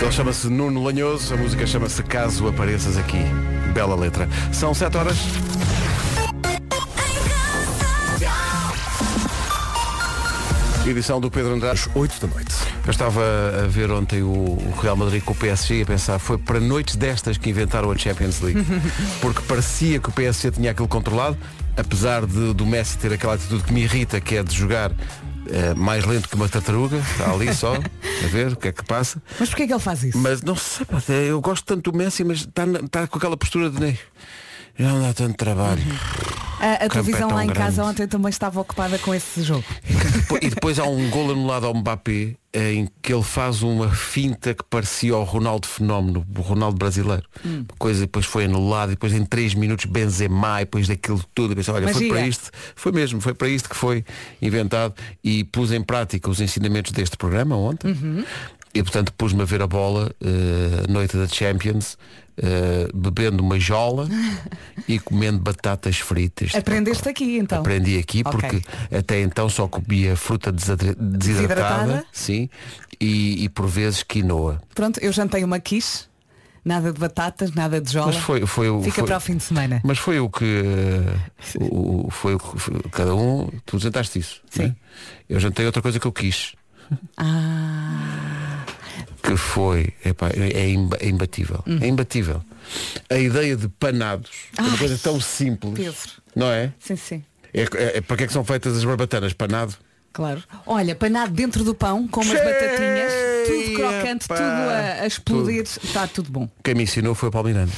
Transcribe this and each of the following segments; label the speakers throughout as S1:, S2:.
S1: Ele chama-se Nuno Lanhoso, a música chama-se Caso Apareças Aqui. Bela letra. São 7 horas. Edição do Pedro Andrade.
S2: 8 da noite.
S1: Eu estava a ver ontem o- o Real Madrid com o PSG e a pensar, foi para noites destas que inventaram a Champions League. Porque parecia que o PSG tinha aquilo controlado, apesar de, do Messi ter aquela atitude que me irrita, que é de jogar eh, mais lento que uma tartaruga, está ali só, a ver o que é que passa.
S3: Mas porquê é que ele faz isso?
S1: Mas não sei, pá, é, eu gosto tanto do Messi, mas está na- está com aquela postura de "Né, já não dá tanto trabalho.
S3: A, a
S1: campo é
S3: televisão lá em
S1: tão
S3: casa
S1: grande.
S3: ontem também estava ocupada com esse jogo.
S1: Depo- E depois há um gol anulado ao Mbappé eh, em que ele faz uma finta que parecia ao Ronaldo Fenómeno, o Ronaldo brasileiro. Uma Coisa depois foi anulada, e depois em 3 minutos Benzema, e depois daquilo tudo. Eu pensei, olha, foi
S3: Magia.
S1: para isto, foi mesmo, foi para isto que foi inventado e pus em prática os ensinamentos deste programa ontem. E portanto pus-me a ver a bola eh, à noite da Champions. eh, bebendo uma jola e comendo batatas fritas
S3: Aprendeste aqui então.
S1: aprendi aqui
S3: Ok.
S1: porque até então só comia fruta desadre- desidratada,
S3: Desidratada.
S1: sim e, e por vezes quinoa
S3: Pronto, eu jantei uma quiche, nada de batatas, nada de jola.
S1: mas foi foi o
S3: Fica
S1: foi-
S3: para o fim de semana.
S1: mas foi o que eh, o, o- foi o que foi- cada um tu jantaste isso
S3: Sim.
S1: né? eu jantei outra coisa que eu quis
S3: Ah,
S1: que foi epá, é, imba- é imbatível é imbatível a ideia de panados é uma
S3: Hum. Ai,
S1: coisa tão simples
S3: Ah, Pedro.
S1: não é?
S3: sim, sim.
S1: É, é- é- para que é que são feitas as barbatanas panado
S3: Claro. Olha, panado dentro do pão, com umas
S1: Cheia,
S3: batatinhas, tudo crocante,
S1: pá.
S3: tudo a, a explodir, está tudo bom.
S1: Quem me ensinou foi o Palmirano.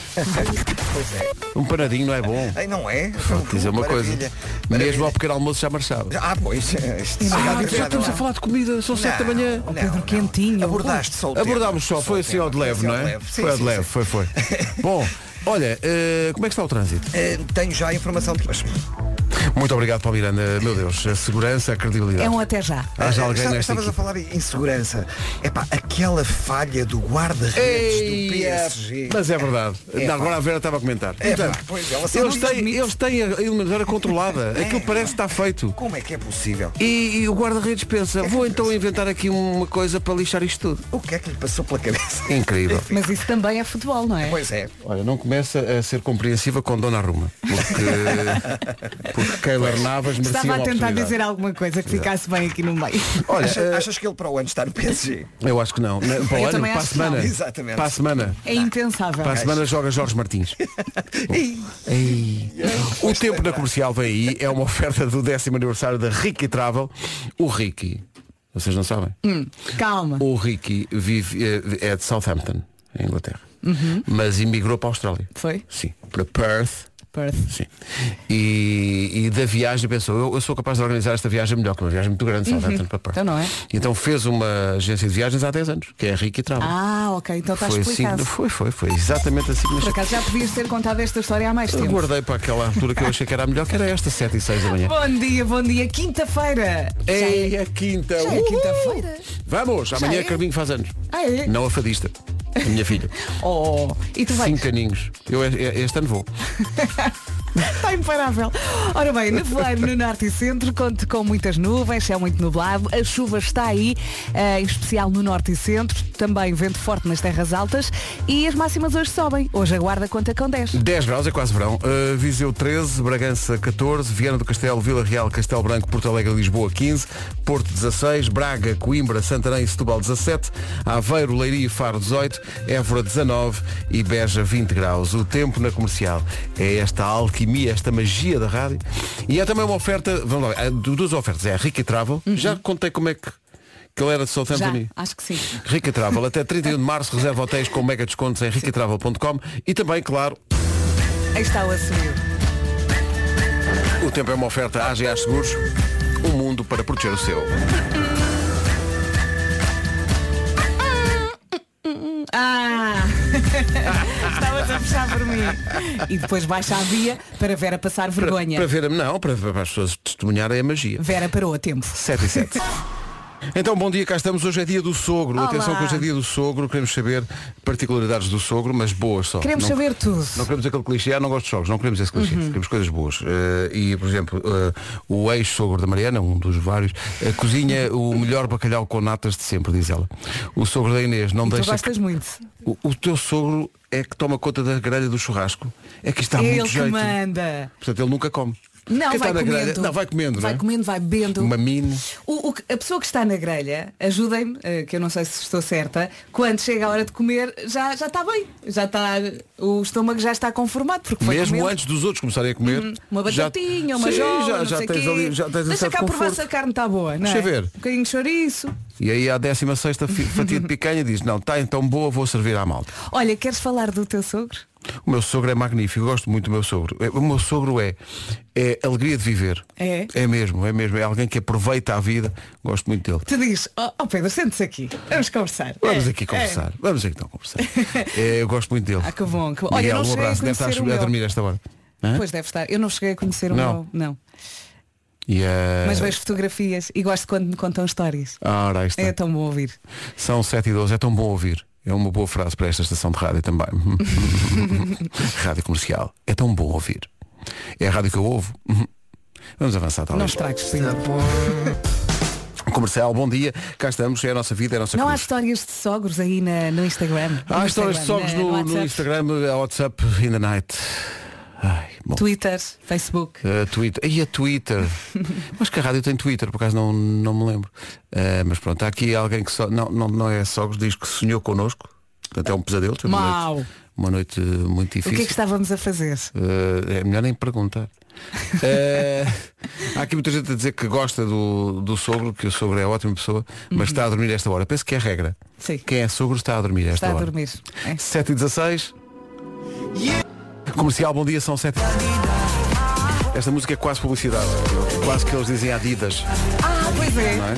S1: Um panadinho não é bom.
S4: Ei, não é?
S1: Vou-te dizer uma
S4: Maravilha.
S1: coisa.
S4: Maravilha.
S1: Mesmo ao pequeno almoço já marchava.
S4: Ah, pois. Isto
S1: Ah,
S4: está
S1: já estamos a
S4: lá.
S1: falar de comida, são sete da
S4: Não,
S1: manhã.
S4: não,
S3: Pedro,
S4: não.
S3: quentinho.
S4: Abordaste só o tema.
S1: Abordámos só,
S4: o
S1: foi assim
S4: tema.
S1: ao de leve,
S4: Foi
S1: não
S4: assim ao
S1: é?
S4: leve. Sim,
S1: Foi ao
S4: sim,
S1: de leve,
S4: sim.
S1: foi, foi. Bom, olha, eh, como é que está o trânsito?
S4: Eh, Tenho já a informação de hoje.
S1: Muito obrigado, Paulo Miranda. Meu Deus, a segurança, a credibilidade.
S3: É um até já.
S1: Há já alguém nesta
S4: Estava- Eh, Estavas a
S1: equipe.
S4: falar em segurança. Epá, aquela falha do guarda-redes do PSG.
S1: é Mas é verdade.
S4: É,
S1: Não,
S4: pá.
S1: agora a Vera estava a comentar.
S4: É, pá, pois, ela sempre
S1: eles,
S4: nos
S1: têm, eles têm a eliminatória controlada.
S4: É.
S1: Aquilo parece que está feito.
S4: Como é que é possível?
S1: E, e o guarda-redes pensa, vou então inventar aqui uma coisa para lixar isto tudo.
S4: O que é que lhe passou pela cabeça?
S1: Incrível.
S3: Mas isso também é futebol, não é?
S4: Pois é.
S1: Olha, não começa a ser compreensiva com Dona Ruma, porque, porque Keylor Navas merecia
S3: Estava a
S1: uma
S3: tentar
S1: oportunidade.
S3: dizer alguma coisa que ficasse bem aqui no meio.
S1: Olha,
S4: Acha-
S1: eh,
S4: achas que ele para o ano está no PSG?
S1: eu acho que não. Na- Para o
S3: Eu
S1: ano,
S3: também
S1: para a
S3: acho que não.
S1: semana.
S4: Exatamente.
S1: Para a semana.
S3: É impensável.
S1: Para a semana joga Jorge Martins. Ei. O tempo na comercial vem aí, é uma oferta do décimo aniversário da Ricky Travel. O Ricky, vocês não sabem?
S3: Hum. Calma.
S1: O Ricky vive, eh, é de Southampton, em Inglaterra.
S3: Uhum.
S1: Mas imigrou para a Austrália.
S3: Foi?
S1: Sim. Para Perth.
S3: Perth.
S1: Sim. E, e da viagem pensou, eu, eu sou capaz de organizar esta viagem melhor, que é uma viagem muito grande, Southampton para Perth.
S3: Então não é?
S1: Então fez uma agência de viagens há 10 anos, que é a Ricky Travel.
S3: Ah, ok. Então está
S1: foi assim,
S3: explicado.
S1: foi, foi, foi exatamente assim que
S3: Por
S1: nasceu.
S3: acaso já podias ter contado esta história há mais
S1: Eu
S3: tempo.
S1: guardei para aquela altura que eu achei que era a melhor, que era esta, 7 e 6 da manhã.
S3: Bom dia, bom dia. Quinta-feira.
S1: É a quinta.
S3: Já é
S1: Uhul!
S3: quinta-feira.
S1: Vamos, amanhã
S3: é?
S1: Carminho faz anos.
S3: Ah, é?
S1: Não a fadista. A minha filha.
S3: Oh, e tu vais?
S1: Cinco aninhos. Eu eh, este ano vou.
S3: Está Tá imparável. Ora bem, nevoeiro no norte e centro, conto com muitas nuvens, é muito nublado, a chuva está aí, eh, em especial no norte e centro, também vento forte nas terras altas e as máximas hoje sobem. Hoje a guarda conta com 10.
S1: 10 graus, é quase verão. Uh, Viseu 13, Bragança 14, Viana do Castelo, Vila Real, Castelo Branco, Porto Alegre, Lisboa 15, Porto 16, Braga, Coimbra, Santarém e Setúbal 17, Aveiro, Leiria e Faro 18, Évora 19 e Beja 20 graus. O tempo na comercial é esta alquimia, esta magia da rádio. E é também uma oferta, vamos lá, é du- duas ofertas, é a Rica Travel. Já contei como é que, que ele era de
S3: Já,
S1: Southampton. e-
S3: acho que sim.
S1: Rica Travel, até 31 de março reserva hotéis com mega descontos em ricatravel.com e também, claro,
S3: Aí está o assumido.
S1: O tempo é uma oferta AGA Seguros, o mundo para proteger o seu.
S3: Ah! Estavas a fechar por mim. E depois baixa a via para Vera passar vergonha.
S1: é Para ver, não, para, para as pessoas testemunharem a magia.
S3: Vera parou a tempo.
S1: 7 e 7. Então, bom dia, cá estamos. Hoje é dia do sogro.
S3: Olá.
S1: Atenção que hoje é dia do sogro. Queremos saber particularidades do sogro, mas boas só.
S3: Queremos
S1: Não-
S3: saber Uhum. tudo.
S1: Não queremos aquele clichê, ah, não gosto de sogros, não queremos esse clichê, queremos coisas boas. Eh, e, por exemplo, eh, o ex-sogro da Mariana, um dos vários, eh, cozinha o melhor bacalhau com natas de sempre, diz ela. O sogro da Inês não
S3: tu
S1: deixa.
S3: gostas
S1: que-
S3: muito.
S1: O, o teu sogro é que toma conta da grelha do churrasco. É que está
S3: É
S1: muito
S3: ele que
S1: jeito.
S3: manda.
S1: Portanto, ele nunca come.
S3: Não,
S1: Quem
S3: vai
S1: está na grelha-
S3: comendo.
S1: Não, vai comendo,
S3: Vai
S1: não é?
S3: comendo, vai bebendo.
S1: Uma mine.
S3: O- o que- a pessoa que está na grelha, ajudem-me, eh, que eu não sei se estou certa, quando chega a hora de comer, já, já está bem. Já está, o estômago já está conformado. Porque foi
S1: Mesmo
S3: comendo. Uhum.
S1: antes dos outros começarem a comer.
S3: Uma
S1: já-
S3: batatinha, uma
S1: Sim,
S3: jola,
S1: já,
S3: não
S1: já
S3: sei
S1: tens
S3: quê.
S1: ali, já tens um
S3: Deixa
S1: certo
S3: cá provar
S1: conforto.
S3: se a carne está boa, não é?
S1: Deixa ver.
S3: Um bocadinho de chouriço.
S1: E aí à 16 fatia de picanha diz, não, está então boa, vou servir à malta.
S3: Olha, queres falar do teu sogro?
S1: O meu sogro é magnífico, eu gosto muito do meu sogro. É, O meu sogro é, é alegria de viver.
S3: É?
S1: É mesmo, é mesmo. É alguém que aproveita a vida. Gosto muito dele.
S3: Tu dizes, ó oh, Pedro, sente-se aqui, vamos conversar.
S1: Vamos
S3: É,
S1: aqui
S3: é.
S1: conversar. Vamos aqui então conversar. É, eu gosto muito dele.
S3: Ah, que bom, que bom. Olha,
S1: Miguel,
S3: não
S1: um
S3: cheguei a
S1: abraço. Deve estar
S3: conhecer o
S1: a
S3: meu.
S1: dormir a esta hora. Hã?
S3: Pois deve estar. Eu não cheguei a conhecer o
S1: é? Não.
S3: meu. Não.
S1: E, eh,
S3: Mas vejo fotografias e gosto quando me contam histórias.
S1: ah, ora, aí está.
S3: É tão bom ouvir.
S1: Tá São 7 e 12, é tão bom ouvir. É uma boa frase para esta estação de rádio também. rádio comercial. É tão bom ouvir. É a rádio que eu ouvo. Vamos avançar,
S3: Não
S1: talvez. Um
S3: estragues, Pedro.
S1: Comercial, bom dia. Cá estamos, é a nossa vida, é a nossa
S3: Não há
S1: cruz.
S3: histórias de sogros aí na- no Instagram. né?
S1: Há
S3: No
S1: histórias de
S3: Instagram,
S1: sogros
S3: na-
S1: no, no
S3: WhatsApp,
S1: Instagram, a WhatsApp in the night. Ai, bom.
S3: Twitter, Facebook.
S1: Uh, Twitter. E a Twitter. mas que a rádio tem Twitter, por acaso não, não me lembro. Uh, mas pronto, há aqui alguém que só. Não, não, não é sogros, diz que sonhou connosco. Portanto, é um pesadelo. teve Uma
S3: Mau.
S1: noite, uma noite muito
S3: O
S1: difícil.
S3: que é que estávamos a fazer?
S1: Uh, é melhor nem perguntar. Uh, há aqui muita gente a dizer que gosta do, do sogro, que o sogro é ótima pessoa,
S3: Uhum.
S1: mas está a dormir esta hora. Penso que é regra.
S3: Sim.
S1: Quem é sogro está a dormir esta
S3: Está a
S1: hora.
S3: dormir. É.
S1: 7 e 16 Comercial, bom dia, são 7 Esta música é quase publicidade Quase que eles dizem Adidas
S3: Ah, pois é.
S1: não é?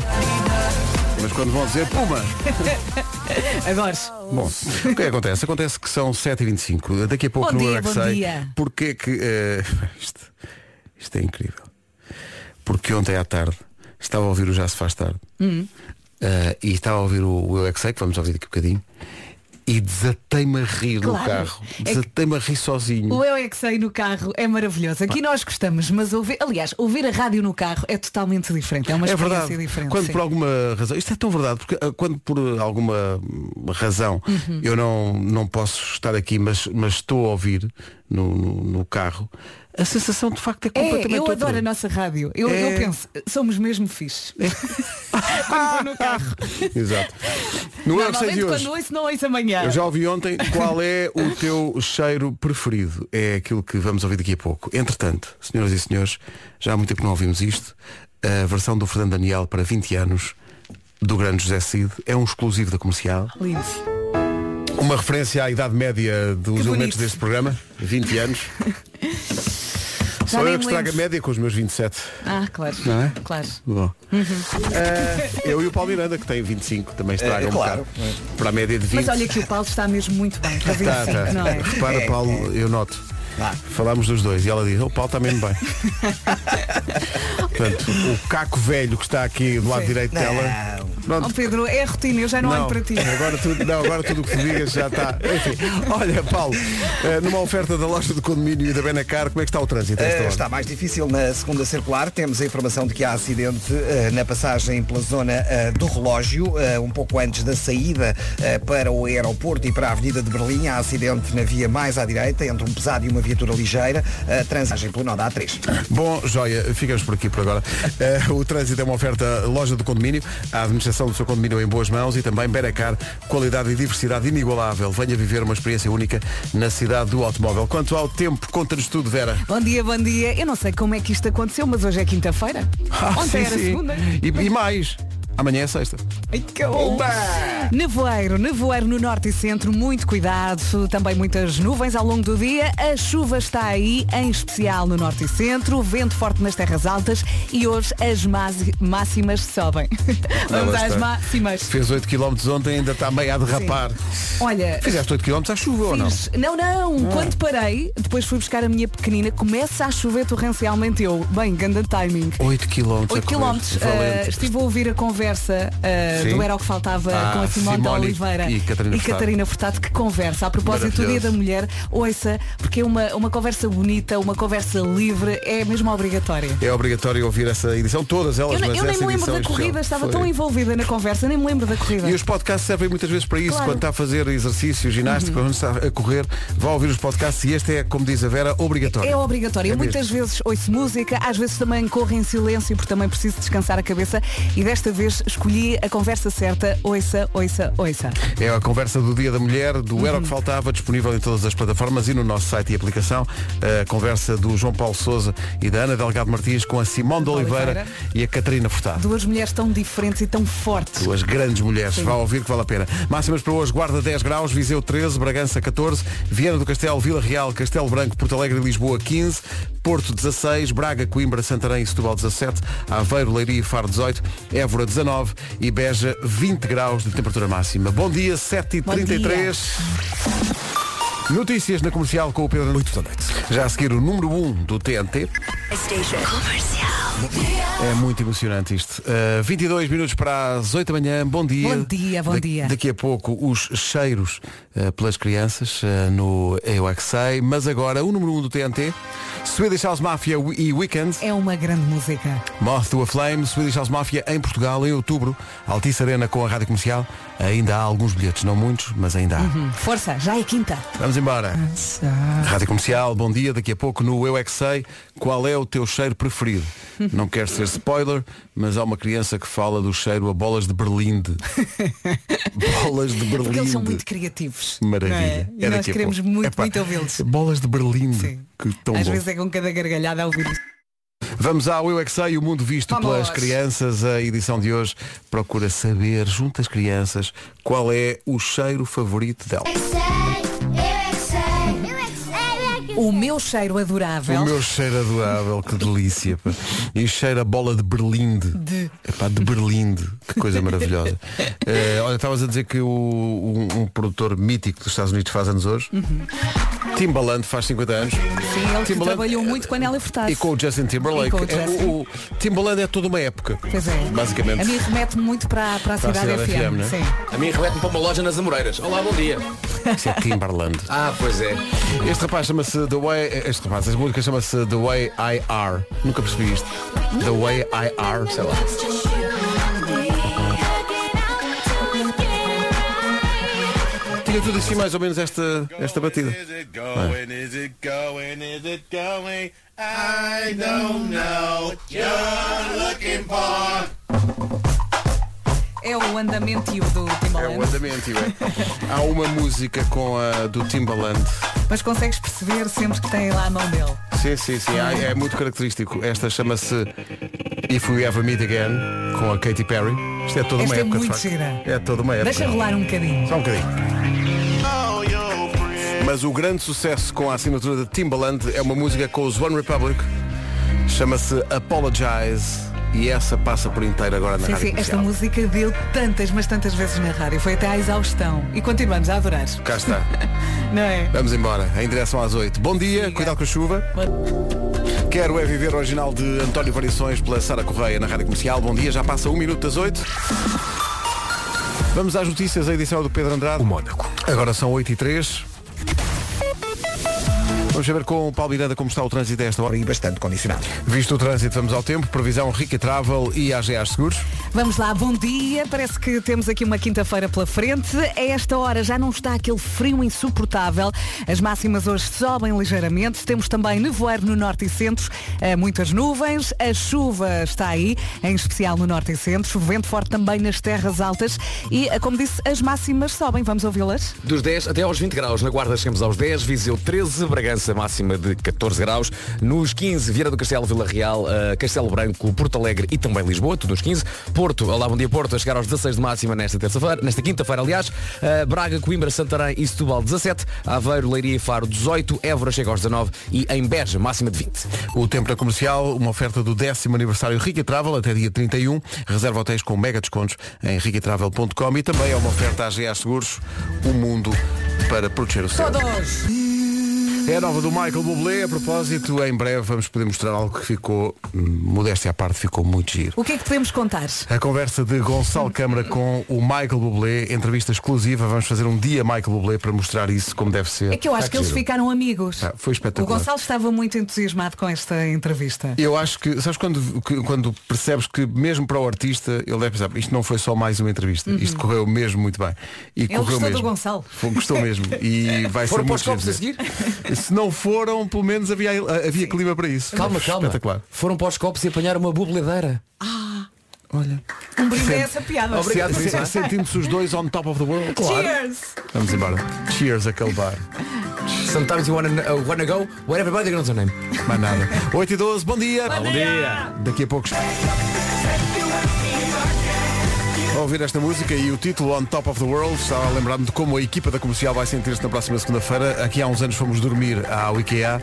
S1: Mas quando vão dizer Puma é?
S3: Agora.
S1: Bom, o que é que acontece? Acontece que são 7h25 Daqui a pouco
S3: Bom
S1: no
S3: dia,
S1: Eu É Que
S3: bom
S1: Sei,
S3: dia.
S1: Porque que eh, isto, isto é incrível Porque ontem à tarde Estava a ouvir o Já Se Faz Tarde
S3: Hum.
S1: eh, E estava a ouvir o Eu É Que Sei, Que vamos ouvir daqui a bocadinho e desatei-me a rir no
S3: Claro.
S1: carro.
S3: É que-
S1: Desatei-me a rir sozinho.
S3: O Eu É Que Sei no carro é maravilhoso. Aqui nós gostamos, mas ouvir, aliás, ouvir a rádio no carro é totalmente diferente. É uma
S1: é
S3: experiência
S1: verdade.
S3: diferente.
S1: quando
S3: sim.
S1: por alguma razão, isto é tão verdade, porque ah, quando por alguma hum, razão
S3: Uhum.
S1: eu não, não posso estar aqui, mas, mas estou a ouvir no, no, no carro, a sensação de facto é completamente
S3: É, eu
S1: outra.
S3: adoro a nossa rádio. Eu,
S1: É.
S3: eu penso, somos mesmo fixe. quando vou no carro.
S1: Ah! Exato. No Eu É Que Sei
S3: é? Normalmente
S1: de
S3: quando
S1: hoje.
S3: ouço, não ouço amanhã.
S1: Eu já ouvi ontem qual é o teu cheiro preferido. É aquilo que vamos ouvir daqui a pouco. Entretanto, senhoras e senhores, já há muito tempo que não ouvimos isto. A versão do Fernando Daniel para 20 anos do grande José Cid é um exclusivo da comercial.
S3: Lindo.
S1: Uma referência à idade média dos
S3: bonito.
S1: elementos deste programa, 20 anos.
S3: nem
S1: Só
S3: me
S1: eu que estrago a
S3: lembro.
S1: média com os meus 27.
S3: Ah, claro.
S1: Não é?
S3: Claro.
S1: Bom.
S3: Uhum.
S1: Eh, eu e o Paulo Miranda, que tem 25, também estraga
S4: Eh,
S1: um
S4: claro.
S1: bocado. Para a média de 20.
S3: Mas olha que o Paulo está mesmo muito bem. Para
S1: Tá,
S3: 25,
S1: tá.
S3: não é?
S1: Repara,
S4: É,
S1: Paulo, eu noto.
S4: Vá.
S1: Falámos dos dois e ela diz, o Paulo está mesmo bem. Portanto, o caco velho que está aqui do lado
S3: Sim.
S1: direito dela.
S4: Não.
S1: Pronto,
S3: Oh, Pedro, é a rotina, eu já não, olho para ti.
S1: Agora tudo, não, agora tudo o que tu digas já está. Enfim, olha, Paulo, eh, numa oferta da loja do condomínio e da Benacar, como é que está o trânsito? a esta
S4: Eh,
S1: hora?
S4: está mais difícil na segunda circular. Temos a informação de que há acidente eh, na passagem pela zona eh, do relógio, eh, um pouco antes da saída eh, para o aeroporto e para a Avenida de Berlim. Há acidente na via mais à direita, entre um pesado e uma viatura ligeira. Eh, Transagem pelo Noda A3.
S1: Bom, joia, ficamos por aqui por agora. Eh, o trânsito é uma oferta loja do condomínio, a administração do seu condomínio em boas mãos e também Benacar, qualidade e diversidade inigualável. Venha viver uma experiência única na cidade do automóvel. Quanto ao tempo, conta-nos tudo, Vera.
S3: Bom dia, bom dia. Eu não sei como é que isto aconteceu, mas hoje é quinta-feira. Ontem
S1: Ah, sim,
S3: era
S1: sim.
S3: segunda.
S1: E, e mais, amanhã é sexta.
S3: Ai, que horror. Nevoeiro, nevoeiro no norte e centro, muito cuidado, também muitas nuvens ao longo do dia, a chuva está aí, em especial no norte e centro, vento forte nas terras altas e hoje as masi- máximas sobem. Vamos
S1: Lá
S3: às
S1: está.
S3: máximas.
S1: Fez 8 km ontem, ainda está meio a derrapar.
S3: Olha,
S1: Fizeste 8 km à chuva ou não? Ah.
S3: fiz- não, não, quando parei, depois fui buscar a minha pequenina, começa a chover torrencialmente eu, bem, ganda timing.
S1: 8 km.
S3: 8 km, eh, estive a ouvir a conversa ah,
S1: Sim.
S3: do Era o que Faltava
S1: Ah,
S3: com a Simone da
S1: Simone
S3: Oliveira
S1: e Catarina Furtado.
S3: Catarina Furtado, que conversa. A propósito do Dia
S1: Maravilhoso.
S3: da Mulher, ouça, porque é uma, uma conversa bonita, uma conversa livre, é mesmo obrigatória.
S1: É obrigatório ouvir essa edição, todas elas,
S3: Eu, ne-
S1: mas
S3: eu nem
S1: essa
S3: me lembro
S1: edição
S3: da
S1: em
S3: corrida,
S1: especial.
S3: estava
S1: Foi.
S3: tão envolvida na conversa, nem me lembro da corrida.
S1: E os podcasts servem muitas vezes para isso,
S3: Claro. Uhum.
S1: quando está a fazer exercício, ginástica, quando está a correr, vá ouvir os podcasts e este é, como diz a Vera, obrigatório.
S3: É obrigatório.
S1: É
S3: Eu Muitas vezes ouço música, às vezes também corro em silêncio porque também preciso descansar a cabeça e desta vez escolhi a conversa certa, ouça, ouça, ouça.
S1: É a conversa do Dia da Mulher, do
S3: Uhum.
S1: Era o que Faltava, disponível em todas as plataformas e no nosso site e aplicação. A conversa do João Paulo Souza e da Ana Delgado Martins com a Simone de Oliveira,
S3: Oliveira.
S1: e a Catarina Furtado.
S3: Duas mulheres tão diferentes e tão fortes.
S1: Duas grandes mulheres, vá ouvir que vale a pena. Máximas para hoje, Guarda 10 graus, Viseu 13, Bragança 14, Viana do Castelo, Vila Real, Castelo Branco, Porto Alegre e Lisboa 15, Porto 16, Braga, Coimbra, Santarém e Setúbal 17, Aveiro, Leiria e Faro 18, Évora 19 e Beja 20 graus de temperatura máxima. Bom dia, 7h33. Notícias na comercial com o Pedro 8 da noite. Já a seguir o número 1 do TNT. É muito emocionante isto. Uh, 22 minutos para as 8 da manhã. Bom dia.
S3: Bom dia, bom dia.
S1: Daqui a pouco os cheiros uh, pelas crianças uh, no Eu É Que Sei. Mas agora o número 1 do TNT. Swedish House Mafia e Weekend.
S3: É uma grande música.
S1: Moth to a Flame, Swedish House Mafia em Portugal em outubro. Altice Arena com a Rádio Comercial. Ainda há alguns bilhetes, não muitos, mas ainda há.
S3: Força, já é quinta.
S1: Vamos embora.
S3: Uhum.
S1: Rádio Comercial, bom dia. Daqui a pouco no Eu É Que Sei, qual é o teu cheiro preferido? Não quero ser spoiler, mas há uma criança que fala do cheiro a bolas de berlinde. bolas de berlinde.
S3: Porque eles são muito criativos.
S1: Maravilha.
S3: não é? E
S1: É
S3: nós
S1: daqui a
S3: queremos
S1: pouco.
S3: muito,
S1: Epá,
S3: muito ouvi-los.
S1: Bolas de berlinde.
S3: Sim.
S1: Que tão
S3: Às
S1: bom.
S3: vezes é com cada gargalhada a ouvir.
S1: Vamos ao Eu É Que Sei, o mundo visto
S3: Vamos.
S1: pelas crianças. A edição de hoje procura saber, junto às crianças, qual é o cheiro favorito delas.
S3: O meu cheiro adorável.
S1: O meu cheiro adorável, que delícia. pá. E cheira a bola de berlinde.
S3: De.
S1: Epá, de berlinde. Que coisa maravilhosa. Eh, olha, estavas a dizer que o- um, um produtor mítico dos Estados Unidos faz anos hoje. Timbaland faz 50 anos.
S3: Uhum. Sim, ele que
S1: Timbaland-
S3: trabalhou muito com a Nélia Furtado.
S1: E com o Justin Timberlake.
S3: E com o
S1: É,
S3: Justin.
S1: o, o Timbaland é toda uma época.
S3: Pois é.
S1: Basicamente.
S3: A mim remete muito para, para a
S1: Para a
S3: cidade,
S1: Cidade
S3: FM.
S1: FM, né?
S3: Sim.
S2: A mim remete-me para uma loja nas Amoreiras. Olá, bom dia.
S1: Isso é Timberland.
S2: Ah, pois é.
S1: Este rapaz chama-se The Way. Este rapaz, esta música chama-se The Way I Are. Nunca percebi isto. The Way I Are, sei lá. Tinha tudo assim mais ou menos esta, esta batida.
S3: É o andamento do
S1: É
S3: Timbaland.
S1: o andamento, é. Há uma música com a do Timbaland.
S3: Mas consegues perceber sempre que tem lá a mão dele.
S1: Sim, sim, sim. há- é muito característico. Esta chama-se If We Ever Meet Again, com a Katy Perry. Isto é toda uma
S3: Esta é
S1: época. de
S3: muito
S1: facto.
S3: gira.
S1: É toda uma época.
S3: Deixa rolar um bocadinho.
S1: Só um bocadinho. Mas o grande sucesso com a assinatura de Timbaland é uma música com os One Republic. Chama-se Apologize. E essa passa por inteiro agora na
S3: Sim,
S1: rádio
S3: sim, esta
S1: comercial.
S3: música deu tantas, mas tantas vezes na rádio. Foi até à exaustão. E continuamos a adorar.
S1: Cá está.
S3: Não é?
S1: Vamos embora, em direção às 8. Bom dia,
S3: Siga.
S1: cuidado com a chuva. Quero é viver o original de António Variações pela Sara Correia na Rádio Comercial. Bom dia, já passa um minuto das 8. Vamos às notícias, a edição é do Pedro Andrade. O Mónaco. Agora são 8 e 3. Vamos saber com o Paulo Miranda como está o trânsito a esta hora.
S4: E bastante condicionado.
S1: Visto o trânsito, vamos ao tempo. Previsão Rica Travel e AGA Seguros.
S3: Vamos lá, bom dia. Parece que temos aqui uma quinta-feira pela frente. A esta hora já não está aquele frio insuportável. As máximas hoje sobem ligeiramente. Temos também nevoeiro no norte e centro, eh, muitas nuvens. A chuva está aí, em especial no norte e centro. Vento forte também nas terras altas. E, eh, como disse, as máximas sobem. Vamos ouvi-las?
S2: Dos 10 até aos 20 graus. Na Guarda chegamos aos 10, Viseu 13, Bragança máxima de 14 graus. Nos 15, Vieira do Castelo, Vila Real, eh, Castelo Branco, Porto Alegre e também Lisboa, tudo nos 15. Porto, olá, bom dia Porto, a chegar aos 16 de máxima nesta terça-feira, nesta quinta-feira, aliás. Eh, Braga, Coimbra, Santarém e Setúbal 17, Aveiro, Leiria e Faro 18, Évora chega aos 19 e em Beja máxima de 20.
S1: O tempo na comercial, uma oferta do décimo aniversário Rica Travel até dia 31. Reserva hotéis com mega descontos em ricatravel.com e também é uma oferta à GA Seguros, o mundo para proteger o seu.
S3: Todos!
S1: É a nova do Michael Bublé. A propósito, em breve vamos poder mostrar algo que ficou, hum, modéstia à parte, ficou muito giro.
S3: O que é que podemos contar?
S1: A conversa de Gonçalo Câmara com o Michael Bublé, entrevista exclusiva. Vamos fazer um dia Michael Bublé para mostrar isso como deve ser. Tá
S3: É que eu acho que eles
S1: giro.
S3: ficaram amigos.
S1: Ah, foi
S3: O
S1: espetacular.
S3: Gonçalo estava muito entusiasmado com esta entrevista.
S1: Eu acho que, sabes quando, que- quando percebes que mesmo para o artista, ele deve pensar, isto não foi só mais uma entrevista, isto correu mesmo muito bem. E
S3: Ele
S1: correu
S3: gostou do
S1: mesmo.
S3: Gonçalo.
S1: Foi- Gostou mesmo. E vai
S5: Foram
S1: ser
S5: para os
S1: muito
S5: copos a seguir?
S1: giro. Se não foram, pelo menos havia, havia clima para isso.
S2: Calma, calma.
S1: Espetacular.
S2: Foram para os copos e apanharam uma bubledeira.
S1: Olha.
S3: Um brinde a essa piada.
S1: Se- se- Sentimos os dois on top of the world.
S3: Cheers!
S1: Vamos embora. Cheers, aquele bar.
S2: Sometimes you wanna, uh, wanna go where everybody knows your name.
S1: Mais nada. 8 e 12, bom dia. Bom dia. Daqui a pouco. Ao ouvir esta música e o título On Top of the World, estava a lembrar-me de como a equipa da comercial vai sentir-se na próxima segunda-feira. Aqui há uns anos fomos dormir ao IKEA.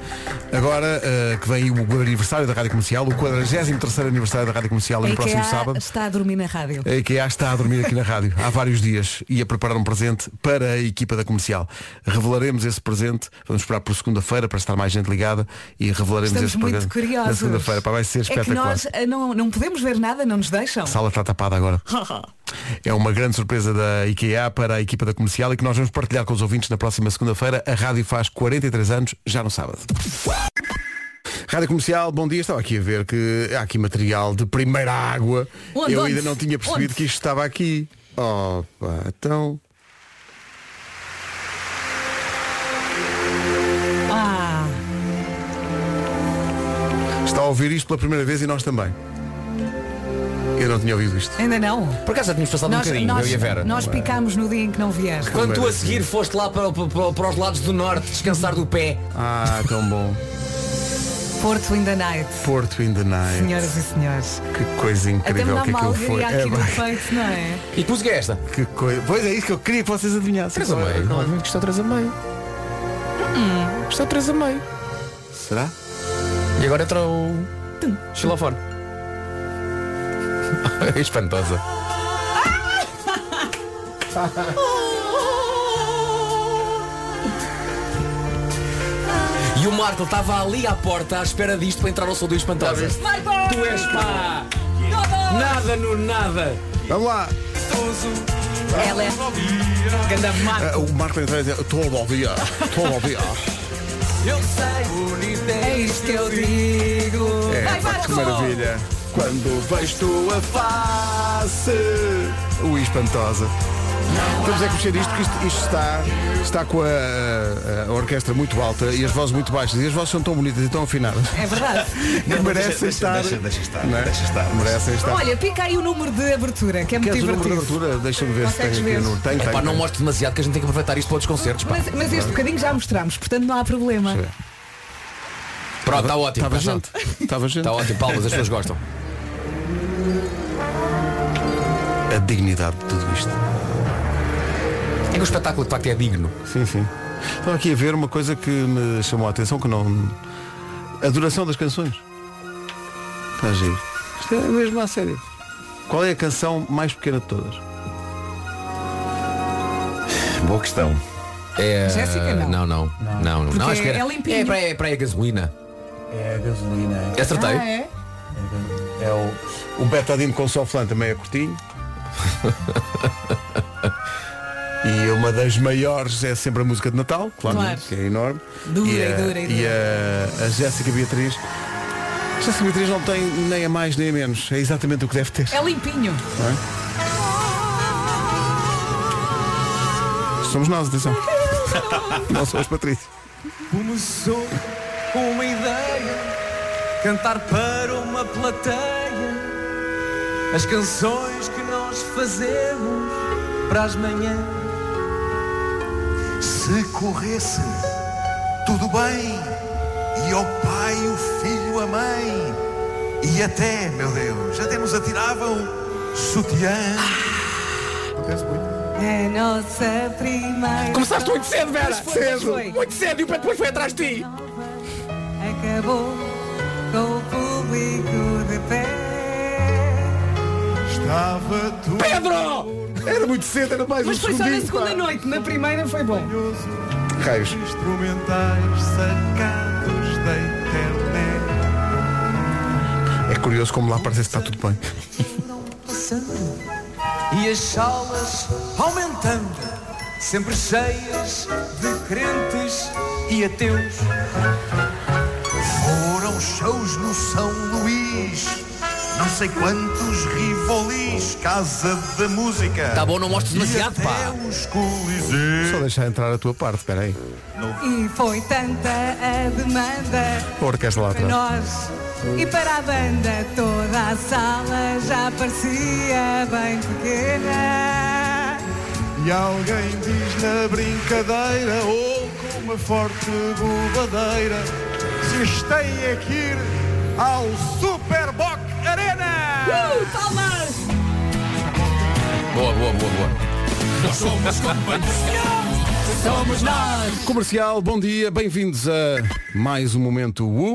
S1: Agora eh, que vem o aniversário da Rádio Comercial, o 43 aniversário da Rádio Comercial, é no
S3: A
S1: próximo
S3: IKEA
S1: sábado. É,
S3: está a dormir na rádio.
S1: A IKEA está a dormir aqui na rádio há vários dias e a preparar um presente para a equipa da comercial. Revelaremos esse presente, vamos esperar por segunda-feira para estar mais gente ligada e revelaremos
S3: Estamos
S1: esse
S3: muito
S1: presente na
S3: curiosos.
S1: segunda-feira. Pá, Vai ser
S3: é que
S1: espetacular.
S3: nós eh, não, não podemos ver nada, não nos deixam.
S1: A sala está tapada agora. É uma grande surpresa da IKEA para a equipa da comercial e que nós vamos partilhar com os ouvintes na próxima segunda-feira. A rádio faz 43 anos, já no sábado. Rádio Comercial, bom dia. Estava aqui a ver que há aqui material de primeira água.
S3: Onde,
S1: Eu
S3: onde?
S1: ainda não tinha percebido
S3: Onde?
S1: que isto estava aqui. Opa, então.
S3: Ah,
S1: Está a ouvir isto pela primeira vez e nós também. Eu não tinha ouvido isto.
S3: ainda não.
S2: Por acaso já tínhamos passado um
S3: nós,
S2: bocadinho,
S3: nós,
S5: eu e a Vera.
S3: nós picámos no dia em que não vieste.
S2: Quando
S1: é
S2: tu a seguir foste lá para, para- para os lados do norte descansar do pé.
S1: Ah, tão bom.
S3: Porto in the night,
S1: Porto in the night.
S3: senhoras e senhores.
S1: Que coisa
S3: Até
S1: É. incrível
S3: me dá
S1: que
S3: uma
S1: aquilo
S3: alegria
S1: foi.
S3: aqui
S1: É,
S3: no
S1: pá,
S3: peito, não é?
S2: E que música é esta?
S1: que coisa. Pois é isso que eu queria que vocês adivinhassem.
S2: Três a
S1: Qual é-
S2: meio.
S1: qual é?
S2: Obviamente que está 3 a meio. Está 3 a meio.
S1: Será?
S2: E agora entra o. Tum, Xilofone. É Espantosa. E o Marco estava ali à porta à espera disto para entrar ao som do espantosa.
S3: Marco!
S2: Tu és pá! Nada no nada!
S1: Vamos lá.
S3: Ela é. Ganda Marco.
S1: Ah, o Marco entra e diz, todo ao dia, todo ao dia.
S3: É isto que eu digo. Vai,
S1: É, pá,
S3: Marco!
S1: que maravilha. Quando vejo tua face. Ui, espantosa. Vamos é que mexer isto, porque isto, isto está, está com a, a orquestra muito alta e as vozes muito baixas. E as vozes são tão bonitas e tão afinadas.
S3: É verdade.
S1: merecem
S6: deixa-
S1: estar.
S6: deixa- deixa estar,
S1: Não é?
S6: deixa estar.
S1: Merecem estar.
S3: Olha, pica aí o número de abertura, que é muito
S1: Queres o número de
S3: divertido.
S1: abertura? Deixa-me ver se tem
S3: Consegues
S1: aqui
S3: ver?
S1: o número. Tem, tem.
S2: É Pá, não
S1: tem.
S2: mostre demasiado que a gente tem que aproveitar isto para outros concertos. Pá.
S3: Mas, mas este bocadinho já mostramos, portanto não há problema.
S1: Deixa eu ver.
S2: Pronto, está ótimo.
S1: Estava
S2: está
S1: gente. Estava gente.
S2: Está ótimo, palmas, as pessoas gostam.
S1: A dignidade de tudo isto.
S2: É que o espetáculo de facto é digno.
S1: Sim, sim. Estou aqui a ver uma coisa que me chamou a atenção, que não. A duração das canções. Está a giro. Isto é mesmo a sério. Qual é a canção mais pequena de todas?
S6: Boa questão.
S2: É...
S3: Jéssica, não.
S2: Não, não. Não, não. não, acho que era-
S3: é limpinho.
S2: É para, é para a gasolina.
S1: É a gasolina.
S2: Acertei.
S3: Ah, é?
S1: É o, o Betadine com Soflan também é curtinho. e uma das maiores é sempre a música de Natal, claro,
S3: Claro.
S1: que é enorme.
S3: Dura
S1: e
S3: e
S1: a,
S3: dura e
S1: e a, a Jéssica Beatriz. A Jéssica Beatriz não tem nem a mais nem a menos. É exatamente o que deve ter.
S3: É limpinho.
S1: Somos nós, atenção. não somos Patrícia.
S4: Tipo
S7: Começou com uma ideia, cantar para uma plateia as canções que nós fazemos para as manhãs.
S4: Se corresse, tudo bem. E ao pai, o filho, a mãe. E até, meu Deus, até nos atiravam sutiã. Acontece muito.
S3: É nossa primeira.
S2: Começaste muito cedo, Vera!
S3: Pois foi, pois foi.
S2: Muito cedo e o pé depois foi atrás de ti!
S3: Acabou com o público de pé.
S4: Estava tudo
S2: Pedro!
S1: Era muito cedo, era mais
S3: Mas
S1: um
S3: foi só na
S1: segundinho,
S3: segunda
S1: pá.
S3: noite, na primeira foi bom.
S1: Raios.
S8: Instrumentais sacados da internet.
S1: É curioso como lá parece que está tudo bem.
S9: passando e as salas aumentando, sempre cheias de crentes e ateus.
S8: Foram shows no São Luís. Não sei quantos rivolis, Casa da Música.
S10: Tá bom, não mostres
S8: E
S10: demasiado,
S8: até
S10: pá.
S8: os coliseus.
S1: Só deixar entrar a tua parte, espera aí.
S3: E foi tanta a demanda
S1: A orquestra lá
S3: para
S1: atrás.
S3: nós e para a banda. Toda a sala já parecia bem pequena.
S8: E alguém diz na brincadeira ou com uma forte bobadeira Vocês têm é que ir ao Superboc Arena!
S3: Uh, palmas!
S2: Boa, boa, boa, boa.
S1: Comercial, bom dia, bem-vindos a mais um momento U.